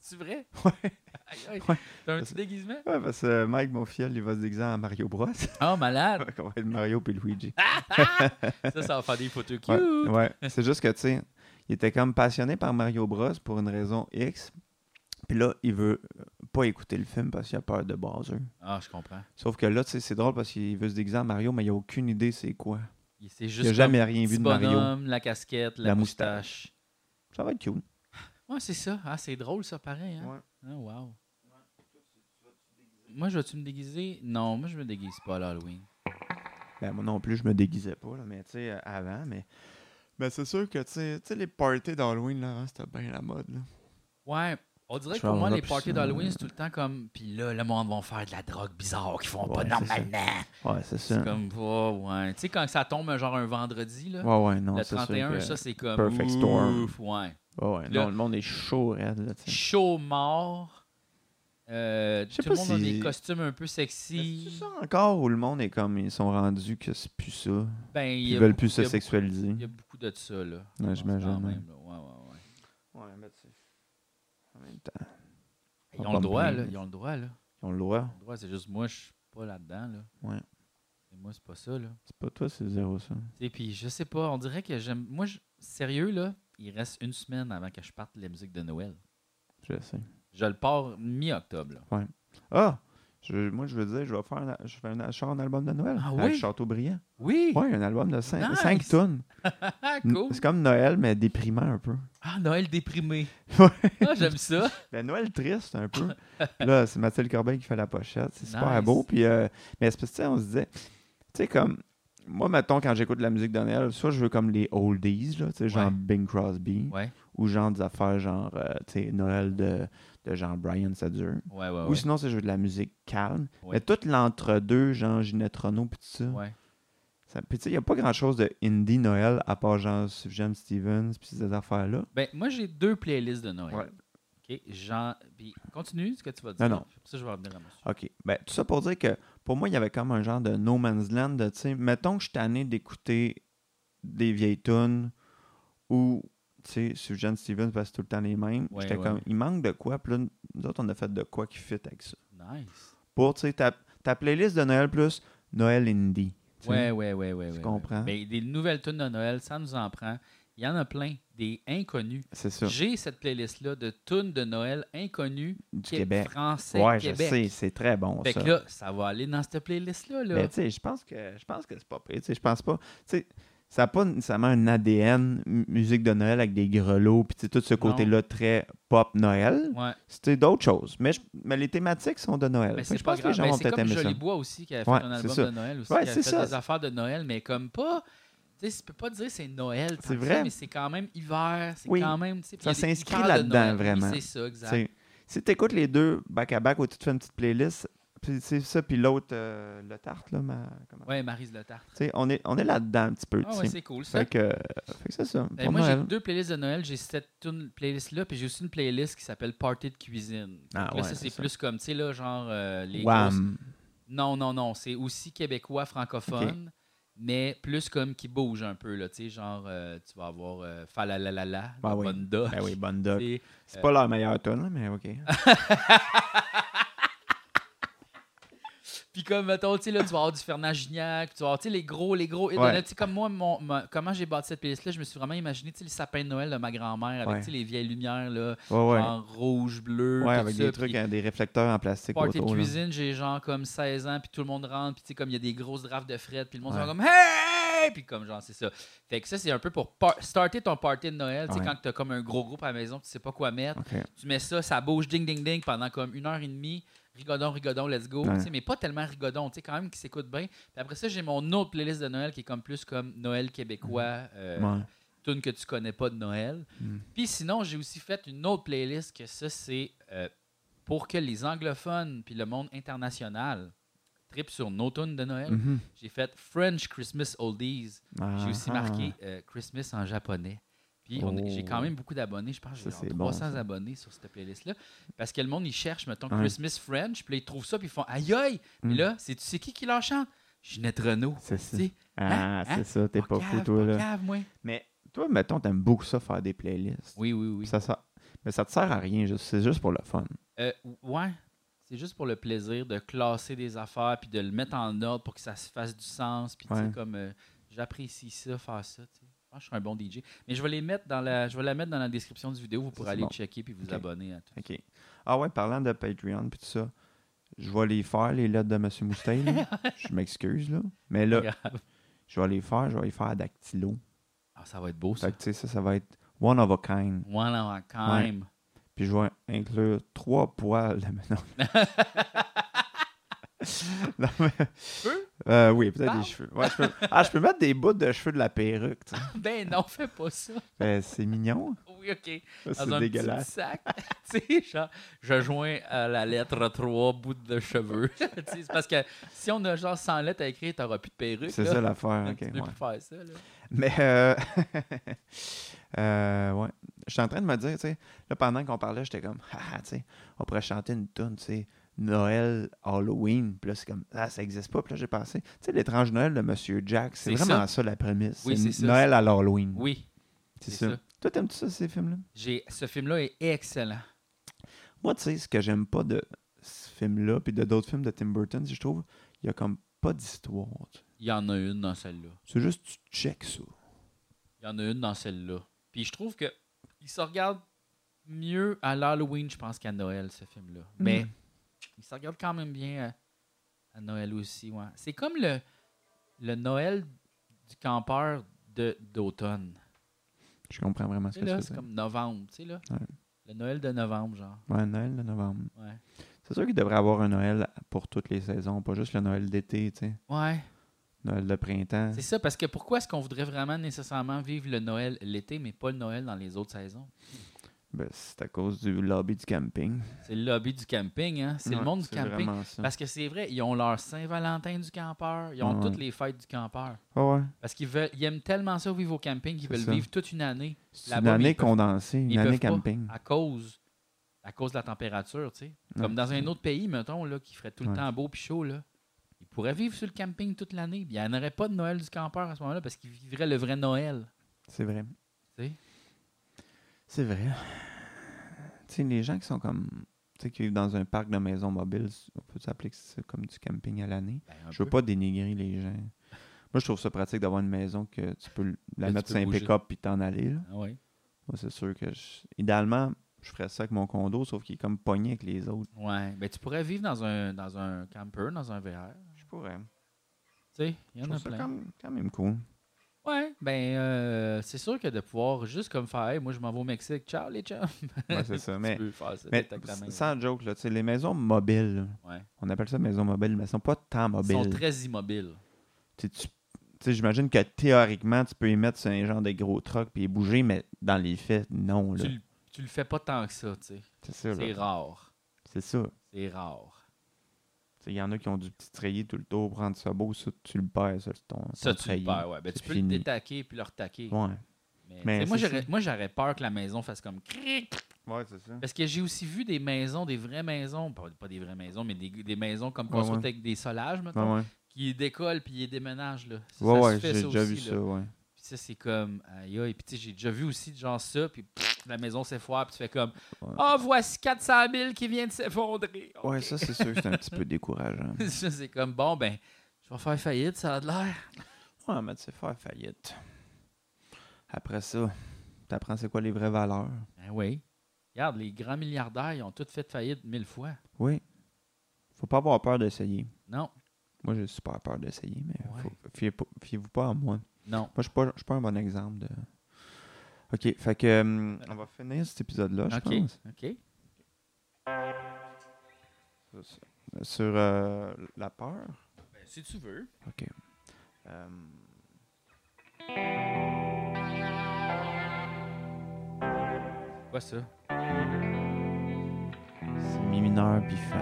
C'est vrai?
Ouais.
Aïe, aïe.
Ouais.
T'as un petit déguisement?
Ouais, parce que euh, Mike, mon fiel, il va se déguiser en Mario Bros.
Oh, malade!
On va être Mario puis Luigi.
Ça, ça va faire des photos cute!
Ouais, ouais. C'est juste que, tu sais, il était comme passionné par Mario Bros pour une raison X. Puis là, il veut pas écouter le film parce qu'il a peur de Bowser.
Ah, je comprends.
Sauf que là, tu sais, c'est drôle parce qu'il veut se déguiser en Mario, mais il a aucune idée c'est quoi.
Il s'est
Il
juste
a jamais rien vu de Mario.
bonhomme, la casquette, la,
La
moustache.
moustache. Ça va être cool.
Ouais, c'est ça. Ah, c'est drôle, ça, pareil. Hein?
Ouais.
Ah, wow. Moi, je vais-tu me déguiser? Non, moi, je me déguise pas à l'Halloween.
Ben, moi non plus, je me déguisais pas, là, mais tu sais, euh, avant, mais. Ben, c'est sûr que, tu sais- tu sais, les parties d'Halloween, là, avant, c'était bien la mode, là.
Ouais, on dirait
Je
que pour moi,
vais
les
avoir euh,
parties
ça.
d'Halloween, c'est tout le temps comme... Puis là, le monde va faire de la drogue bizarre qu'ils font pas
Ouais, c'est
normalement.
Ouais, c'est
C'est
ça.
comme, oh, ouais. Tu sais, quand ça tombe genre un vendredi, là,
Ouais, ouais, non,
le
c'est sûr
31,
que-
ça, c'est comme...
Perfect
ouf,
Storm.
Ouais.
Ouais, ouais,
Là-
non, le monde est chaud, raide, là, tu sais.
Chaud mort. Euh,
Je sais
tout le
pas
monde a
si-
des costumes un peu
C'est
sexy.
ça encore où le monde est comme ils sont rendus que c'est plus ça.
Ben, il y
Ils
a
veulent
beaucoup-
plus
il
se
y a beaucoup-
sexualiser.
Il y a beaucoup de ça, là. Je
Ouais,
pense
j'imagine,
quand
ouais.
même, là. Ouais, ouais, ouais.
Ouais, mais tu En même temps.
Ils
On
ont
va
le droit,
me-
là. Ils ont le droit, là.
Ils ont le droit.
Ils ont le droit, c'est juste moi, je suis pas là-dedans, là.
Ouais.
Et moi, c'est pas ça, là.
C'est pas toi, c'est zéro ça.
Et puis, je sais pas, on dirait que j'aime. Moi, je- sérieux, là, il reste une semaine avant que je parte la musique de Noël.
Je sais.
Je le pars mi-octobre, là.
Ah! Je- moi, je veux dire, je vais faire un, je fais un, je sors un album de Noël.
Ah
avec
oui?
Chateaubriand.
Oui!
Ouais, un album de 5,
Nice!
tonnes.
Ah, cool!
C'est comme Noël, mais déprimant un peu.
Ah, Noël déprimé.
Ouais.
Ah, j'aime ça.
Ben, Noël triste un peu. Puis là, c'est Mathilde Corbeil qui fait la pochette. C'est super
Nice.
beau. Puis, euh, mais c'est parce que, tu sais, on se disait, tu sais, comme, moi, mettons, quand j'écoute de la musique de Noël, soit je veux comme les oldies, là, tu sais, genre
Ouais.
Bing Crosby,
Ouais,
ou genre des affaires genre, euh, tu sais, Noël de, de genre Brian Setzer.
ouais, ouais.
Ou
ouais.
sinon, c'est je veux de la musique calme.
Ouais.
Mais tout l'entre-deux, genre Ginette Renault, puis tout ça,
Ouais.
ça Ça- Puis tu sais, il n'y a pas grand-chose de indie Noël à part genre Sufjan Stevens puis ces affaires-là.
Ben, moi, j'ai deux playlists de Noël.
Ouais.
OK. Jean... Puis, continue ce que tu vas dire.
Non, non.
Pour ça, je vais revenir à monsieur.
OK. Ben, tout ça pour dire que pour moi, il y avait comme un genre de no man's land de, tu sais, mettons que je suis tanné d'écouter des vieilles tunes ou, tu sais, Sufjan Stevens, parce que c'est tout le temps les mêmes.
Ouais,
J'étais
ouais.
comme, il manque de quoi. Puis là, nous autres, on a fait de quoi qui fit avec ça.
Nice.
Pour, tu sais, ta, ta playlist de Noël plus Noël Indie. tu sais.
Ouais, ouais, ouais, ouais.
tu
ouais,
comprends.
ouais. Ben, des nouvelles tunes de Noël, ça nous en prend. Il y en a plein. Des inconnus.
C'est ça.
J'ai cette playlist-là de tunes de Noël inconnues
Du
qui est
Québec.
français
Ouais, je
Québec.
sais, c'est très bon,
Fait
ça.
que là, ça va aller dans cette playlist-là. Là.
Mais tu sais, je pense que je pense que c'est pas pire. Tu sais, je pense pas. Tu sais, ça n'a pas nécessairement un ADN mu- musique de Noël avec des grelots puis tu sais, tout ce côté-là très pop Noël.
ouais.
C'était d'autres choses, mais, je- mais les thématiques sont de Noël.
Mais
Fait que
c'est
je
pas
pense que
grave.
les gens
Ben,
vont
c'est
peut-être
comme
aimer
Joli
ça.
Bois aussi qui a fait
Ouais,
un
c'est
album
ça.
de Noël aussi,
Ouais,
qui a fait
c'est ça.
des affaires de Noël, mais comme pas. Tu sais, tu peux pas dire c'est Noël, tant
C'est
que ça,
vrai.
mais c'est quand même hiver, c'est
Oui.
quand même. tu sais, puis
Ça
il y a des- il
s'inscrit
parle de
là-dedans,
Noël. Oui,
vraiment.
c'est ça,
Tu
exact.
sais, Si tu écoutes les deux back-à-back ou tu te fais une petite playlist, puis c'est ça, puis l'autre, euh, le tarte, là, ma- comment-
Ouais, Marise Le Tartre.
Tu sais, on est, on est là-dedans un petit peu.
Ah
tu
ouais,
sais.
c'est cool ça.
fait que, euh, fait que c'est ça.
Ben,
pour
moi, j'ai
Noël.
deux playlists de Noël. J'ai cette tune- playlist-là, puis j'ai aussi une playlist qui s'appelle Party de cuisine.
Ah
Donc là,
ouais,
ça, c'est
c'est ça.
plus comme, tu sais, là, genre euh, les grosses-
Wham!
Non, non, non. C'est aussi québécois francophone, mais plus comme qui bouge un peu. Là, tu sais, genre, euh, tu vas avoir euh, Falalalala,
Ah
la
oui.
bonne doc.
Ben oui, bonne doc.
Et-
C'est pas leur meilleur tune, là, mais OK.
Puis comme, mettons, tu sais, là, tu vas avoir du Fernand Gignac, tu vas avoir, tu sais, les gros, les gros. Et
Ouais.
là, Tu sais, comme moi, mon- ma- comment j'ai bâti cette playlist-là, je me suis vraiment imaginé, tu sais, les sapins de Noël de ma grand-mère avec,
Ouais.
tu sais, les vieilles lumières, là,
Ouais, ouais.
genre rouge, bleu,
Ouais,
tout
avec
ça,
des
puis-
trucs, hein, des réflecteurs en plastique
Party de
autour. là.
cuisine, j'ai genre comme 16 ans, puis tout le monde rentre, puis tu sais, comme il y a des grosses drafts de fret, puis le monde se
Ouais.
va comme Hey! Puis comme genre, c'est ça. Fait que ça, c'est un peu pour par- starter ton party de Noël, tu sais,
Ouais.
quand t'as comme un gros groupe à la maison, tu sais pas quoi mettre.
OK.
Tu mets ça, ça bouge ding ding ding pendant comme une heure et demie. Rigodon, rigodon, let's go.
Ouais.
Tu sais, Mais pas tellement rigodon, tu sais, quand même qui s'écoute bien. Puis après ça, j'ai mon autre playlist de Noël qui est comme plus comme Noël québécois. euh,
Ouais.
tunes que tu connais pas de Noël.
Mm.
Puis sinon, j'ai aussi fait une autre playlist que ça, c'est euh, pour que les anglophones puis le monde international tripent sur nos tunes de Noël.
Mhm.
J'ai fait French Christmas Oldies. J'ai aussi
Ah,
marqué euh, Christmas en japonais. Puis on est-
Oh.
j'ai quand même beaucoup d'abonnés. Je pense que j'ai
Ça,
genre
c'est bon,
300
ça.
abonnés sur cette playlist-là. Parce que le monde, il cherche, mettons,
Ouais.
Christmas French. Puis là, ils trouvent ça, puis ils font aïe aïe. Puis
Mm.
là, c'est tu sais qui qui leur chante? Ginette Renault.
C'est ça.
Tu sais,
Ah,
Hein? Hein?
c'est ça, t'es pas fou,
cave,
toi, là.
cave, moi.
Mais toi, mettons, t'aimes beaucoup ça, faire des playlists.
Oui, oui, oui.
Ça sert- Mais ça te sert à rien, juste- c'est juste pour le fun.
Euh, ouais. C'est juste pour le plaisir de classer des affaires puis de le mettre en ordre pour que ça se fasse du sens. Puis, tu sais,
Ouais.
comme euh, j'apprécie ça, faire ça. tu sais. Je pense que je suis un bon DJ. Mais je vais, les mettre dans la, je vais la mettre dans la description du vidéo. Vous pourrez
c'est
aller
bon.
checker puis vous
Ok.
abonner à tout.
OK. Ah ouais, parlant de Patreon puis tout ça, je vais les faire, les lettres de Monsieur Moustaine. là. je m'excuse, là. Mais là,
Grave.
je vais les faire, je vais les faire à dactylo.
Ah, ça va être beau, ça. hein,
Fait que, tu sais, ça, ça va être one of a kind.
One of a kind.
Puis je vais inclure trois poils de maintenant. non, mais...
Cheveux?
Euh, oui, peut-être
Barbe?
des cheveux. Ouais, je peux... Ah, je peux mettre des bouts de cheveux de la perruque. tu sais.
Ben non, fais pas ça.
Ben, c'est mignon.
Oui, OK. Dans
C'est
un petit
dégueulasse.
sac. tu sais, genre, je joins à la lettre 3 bouts de cheveux. Tu sais, c'est parce que si on a genre 100 lettres à écrire, t'auras plus de perruque.
C'est
là.
ça l'affaire.
Donc,
ok,
tu peux
ouais.
plus faire ça, là.
Mais, euh... euh, ouais. Je suis en train de me dire, tu sais, là, pendant qu'on parlait, j'étais comme, ah, ah, tu sais, on pourrait chanter une tune, tu sais, Noël, Halloween. Puis là, c'est comme, ah, ça existe pas. Puis là, j'ai pensé, tu sais, l'étrange Noël de Monsieur Jack, c'est
C'est
vraiment
ça.
ça. la prémisse.
Oui, c'est ça,
Noël à l'Halloween.
Oui,
c'est
c'est
ça.
ça.
Toi, t'aimes-tu ça, ces films-là?
j'ai ce film-là est excellent.
Moi, tu sais, ce que j'aime pas de ce film-là, puis de d'autres films de Tim Burton, c'est que je trouve, il y a comme pas d'histoire. tu sais.
Il y en a une dans celle-là.
C'est juste, tu check ça.
Il y en a une dans celle-là. Puis je trouve que il se regarde mieux à l'Halloween, je pense, qu'à Noël, ce film-là. Mais il se regarde quand même bien à, à Noël aussi. Ouais. C'est comme le, le Noël du campeur de- d'automne.
Je comprends vraiment ce
Tu
que tu
sais, là,
veux
c'est
dire.
comme novembre, tu sais, là.
Ouais.
Le Noël de novembre, genre.
Ouais, Noël de novembre.
Ouais.
C'est sûr qu'il devrait avoir un Noël pour toutes les saisons, pas juste le Noël d'été, tu sais.
Ouais.
Noël de printemps.
C'est ça, parce que pourquoi est-ce qu'on voudrait vraiment nécessairement vivre le Noël l'été, mais pas le Noël dans les autres saisons?
Ben, c'est à cause du lobby du camping.
C'est le lobby du camping, hein? C'est le
Ouais,
monde du
c'est
camping.
vraiment ça.
Parce que c'est vrai, ils ont leur Saint-Valentin du campeur, ils ont
Ouais.
toutes les fêtes du campeur.
Ah ouais.
Parce qu'ils veulent, ils aiment tellement ça vivre au camping qu'ils
C'est
veulent
ça.
vivre toute une année.
C'est une
Là-bas, mais
année
ils peuvent-
condensée, une
Ils
année
peuvent pas Ah.
camping.
à cause, à cause de la température, tu sais.
Ouais,
Comme dans
c'est
un
ça.
autre pays, mettons, là, qui ferait tout le
Ouais.
temps beau puis chaud, là. Ils pourraient vivre sur le camping toute l'année. puis Il n'y en aurait pas de Noël du campeur à ce moment-là parce qu'ils vivraient le vrai Noël.
C'est vrai.
Tu sais.
C'est vrai. Tu sais, les gens qui sont comme. Tu sais, qui vivent dans un parc de maisons mobiles, on peut s'appeler que c'est comme du camping à l'année.
Ben, un
Je veux
peu.
pas dénigrer les gens. Moi, je trouve ça pratique d'avoir une maison que tu peux l- la
Que tu
mettre
peux
sur un
bouger.
pick-up puis t'en aller. là.
Ah ouais.
Moi, c'est sûr que, je- idéalement, je ferais ça avec mon condo, sauf qu'il est comme pogné avec les autres.
Ouais. Ben, tu pourrais vivre dans un, dans un camper, dans un VR.
Je pourrais.
Tu sais,
Je
il y en a
trouve ça
plein.
quand, quand même cool.
Ouais, ben euh, c'est sûr que de pouvoir juste comme faire Hey, moi je m'en vais au Mexique, ciao les chums.
Ouais, c'est ça. mais
tu peux faire ça
mais
t'es avec la main.
sans joke, là, tu sais, les maisons mobiles,
Ouais.
on appelle ça maison mobile, mais elles sont pas tant
Ils
mobiles.
sont très immobiles.
Tu sais, tu- tu sais, J'imagine que théoriquement, tu peux y mettre sur un genre de gros truck puis y bouger, mais dans les faits, non. là.
Tu, le- tu le fais pas tant que ça, tu sais.
C'est ça.
C'est
là.
rare.
C'est ça.
C'est rare.
Tu sais, Il y en a qui ont du petit treillis tout le tour, prendre ça beau, ça, tu le perds, ça, ton, ton
Ça, tu le
treillis.
perds, ouais. Ben, tu
C'est
peux
fini.
le détaquer puis le retaquer.
Ouais.
Mais,
Mais
tu sais, moi,
c'est
j'aurais-
ça.
moi, j'aurais peur que la maison fasse comme cric.
Ouais, c'est ça.
Parce que j'ai aussi vu des maisons, des vraies maisons, pas, pas des vraies maisons, mais des, des maisons comme
Ouais,
construites
ouais.
avec des solages, maintenant,
Ouais, ouais.
qui décollent puis ils déménagent. Là. Ça,
Ouais,
ça se
ouais,
fait,
j'ai
ça
déjà
aussi,
vu
là.
ça, ouais.
Puis ça, c'est comme, aïe, aïe. Puis tu sais, j'ai déjà vu aussi genre ça, puis pff, la maison s'effondre, puis tu fais comme,
Ouais.
ah, voici 400 000 qui viennent de s'effondrer. OK.
Ouais, ça, c'est sûr que c'est un petit peu décourageant.
Ça, c'est comme, bon, ben, je vais faire faillite, ça a de l'air.
Ouais, mais tu sais, faire faillite. Après ça, t'apprends c'est quoi les vraies valeurs.
Ben oui. Regarde, les grands milliardaires, ils ont tous fait faillite mille fois.
Oui. Faut pas avoir peur d'essayer.
Non,
Moi, j'ai super peur d'essayer, mais
Ouais.
faut- fiez pas- fiez-vous pas à moi.
non.
Moi, je suis pas, je suis pas un bon exemple de. Ok, fait que. hum, on va finir cet épisode-là, je
Ok.
pense.
OK?
Sur euh, la peur.
si tu veux.
Ok. Hum,
Quoi ça?
c'est mi mineur puis fa.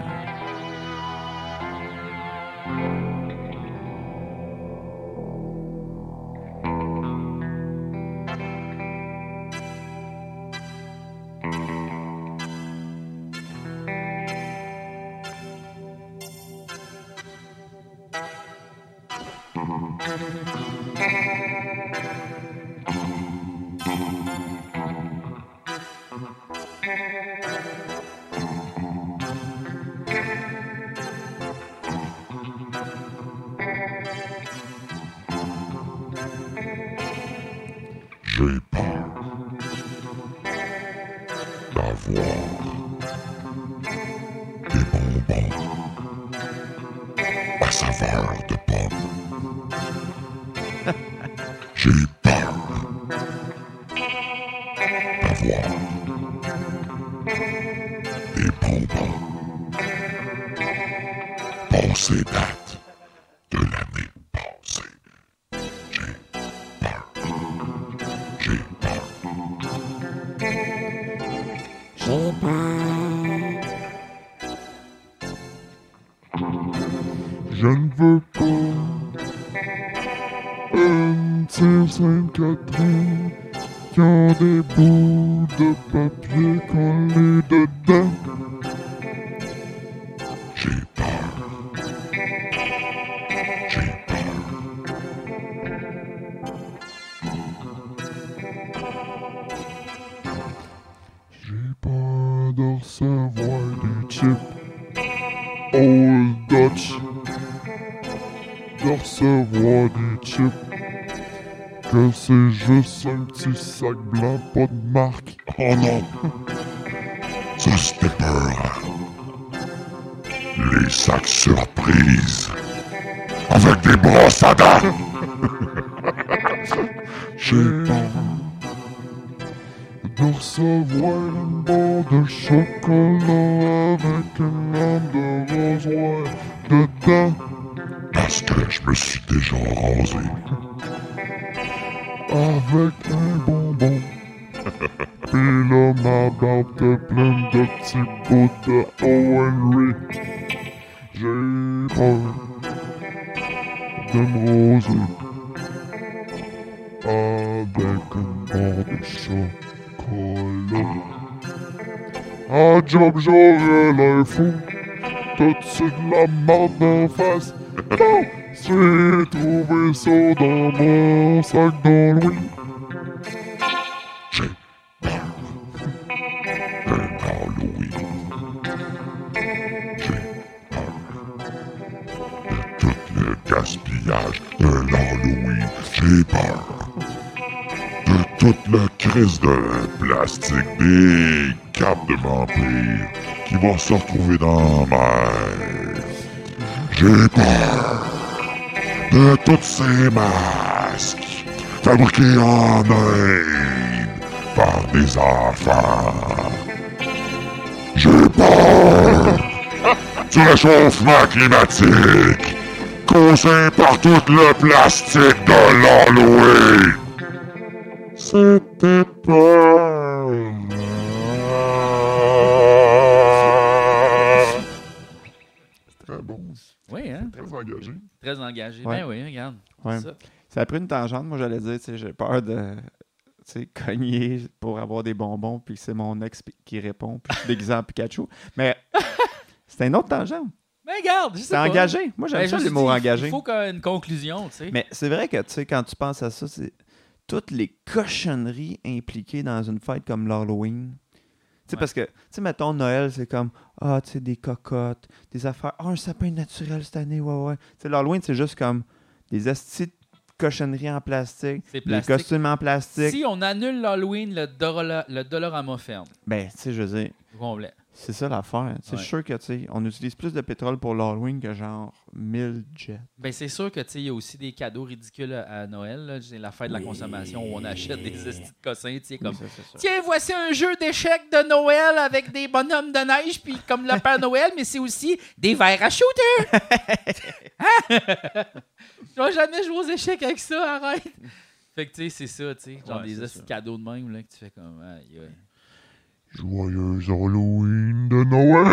J'ai peur d'avoir des bonbons à saveur de pomme. J'ai peur d'avoir des bonbons passés date de l'année passée. J'ai peur.
J'ai peur.
Je ne veux pas une petite Sainte-Catherine qui a des bouts de papier collés dedans. J'ai peur. J'ai peur. J'ai peur de recevoir des chips Old Dutch de recevoir des chips. Que c'est juste un petit sac blanc, pas de marque. Oh non! Ça c'était peur. Les sacs surprises. Avec des brosses à dents. J'ai peur de recevoir une barre de chocolat avec une lame de rasoir dedans. Parce que je me suis déjà rasé. Avec un bonbon Pis là, ma barbe est pleine de petits bouts de O. Henry. J'ai peur de me roser avec une barre de chocolat. Un job, j'aurais l'air fou. T'as-tu de la marde en face? Non! J'ai trouvé ça dans mon sac d'Halloween. J'ai peur d'un Halloween. J'ai peur de tout le gaspillage d'un Halloween. J'ai peur de toute la crise de plastique des capes de vampires qui vont se retrouver dans ma... J'ai peur de tous ces masques fabriqués en Inde par des enfants. J'ai peur du réchauffement climatique causé par tout le plastique de l'Halloween. C'était pas...
Très bon.
Oui, hein?
Très engagé.
Très engagé.
Ouais.
Ben oui, regarde.
Ouais.
Ça.
Ça a pris une tangente. Moi, j'allais dire, tu sais, j'ai peur de tu sais, cogner pour avoir des bonbons, puis c'est mon ex pi- qui répond, puis je suis déguisé en Pikachu. Mais c'est une autre tangente.
Ben regarde, je sais
C'est
pas.
engagé. Moi, j'aime
Ben, je
ça,
me suis
l'humour
dit, il-
engagé.
Il faut qu'il y ait une conclusion, tu sais.
Mais c'est vrai que, tu sais, quand tu penses à ça, c'est toutes les cochonneries impliquées dans une fête comme l'Halloween. Tu sais,
Ouais.
parce que, tu sais, mettons, Noël, c'est comme, ah, tu sais, des cocottes, des affaires, ah, un sapin naturel cette année, ouais, ouais. Tu sais, l'Halloween, c'est juste comme des astis de cochonneries en plastique,
C'est
des
plastique.
costumes en plastique.
Si on annule l'Halloween, le, Dorola- le Dollarama ferme.
Ben, tu sais, je veux dire,
Au complet.
c'est ça l'affaire. C'est
Ouais.
sûr que, tu sais, on utilise plus de pétrole pour l'Halloween que genre 1000 jets.
Ben c'est sûr que tu sais, il y a aussi des cadeaux ridicules à à Noël. là. C'est la fête de la consommation où on achète des estis de cossins, tu sais, comme.
Ça, c'est sûr.
Tiens, voici un jeu d'échecs de Noël avec des bonhommes de neige, puis comme le Père Noël, mais c'est aussi des verres à shooter. Hein? Je vais jamais jouer aux échecs avec ça, arrête. Fait que tu sais, c'est ça, tu sais, genre
Ouais,
des
c'est
estis de
ça.
cadeaux de même là, que tu fais comme. aïe, aïe.
Joyeux Halloween de Noël!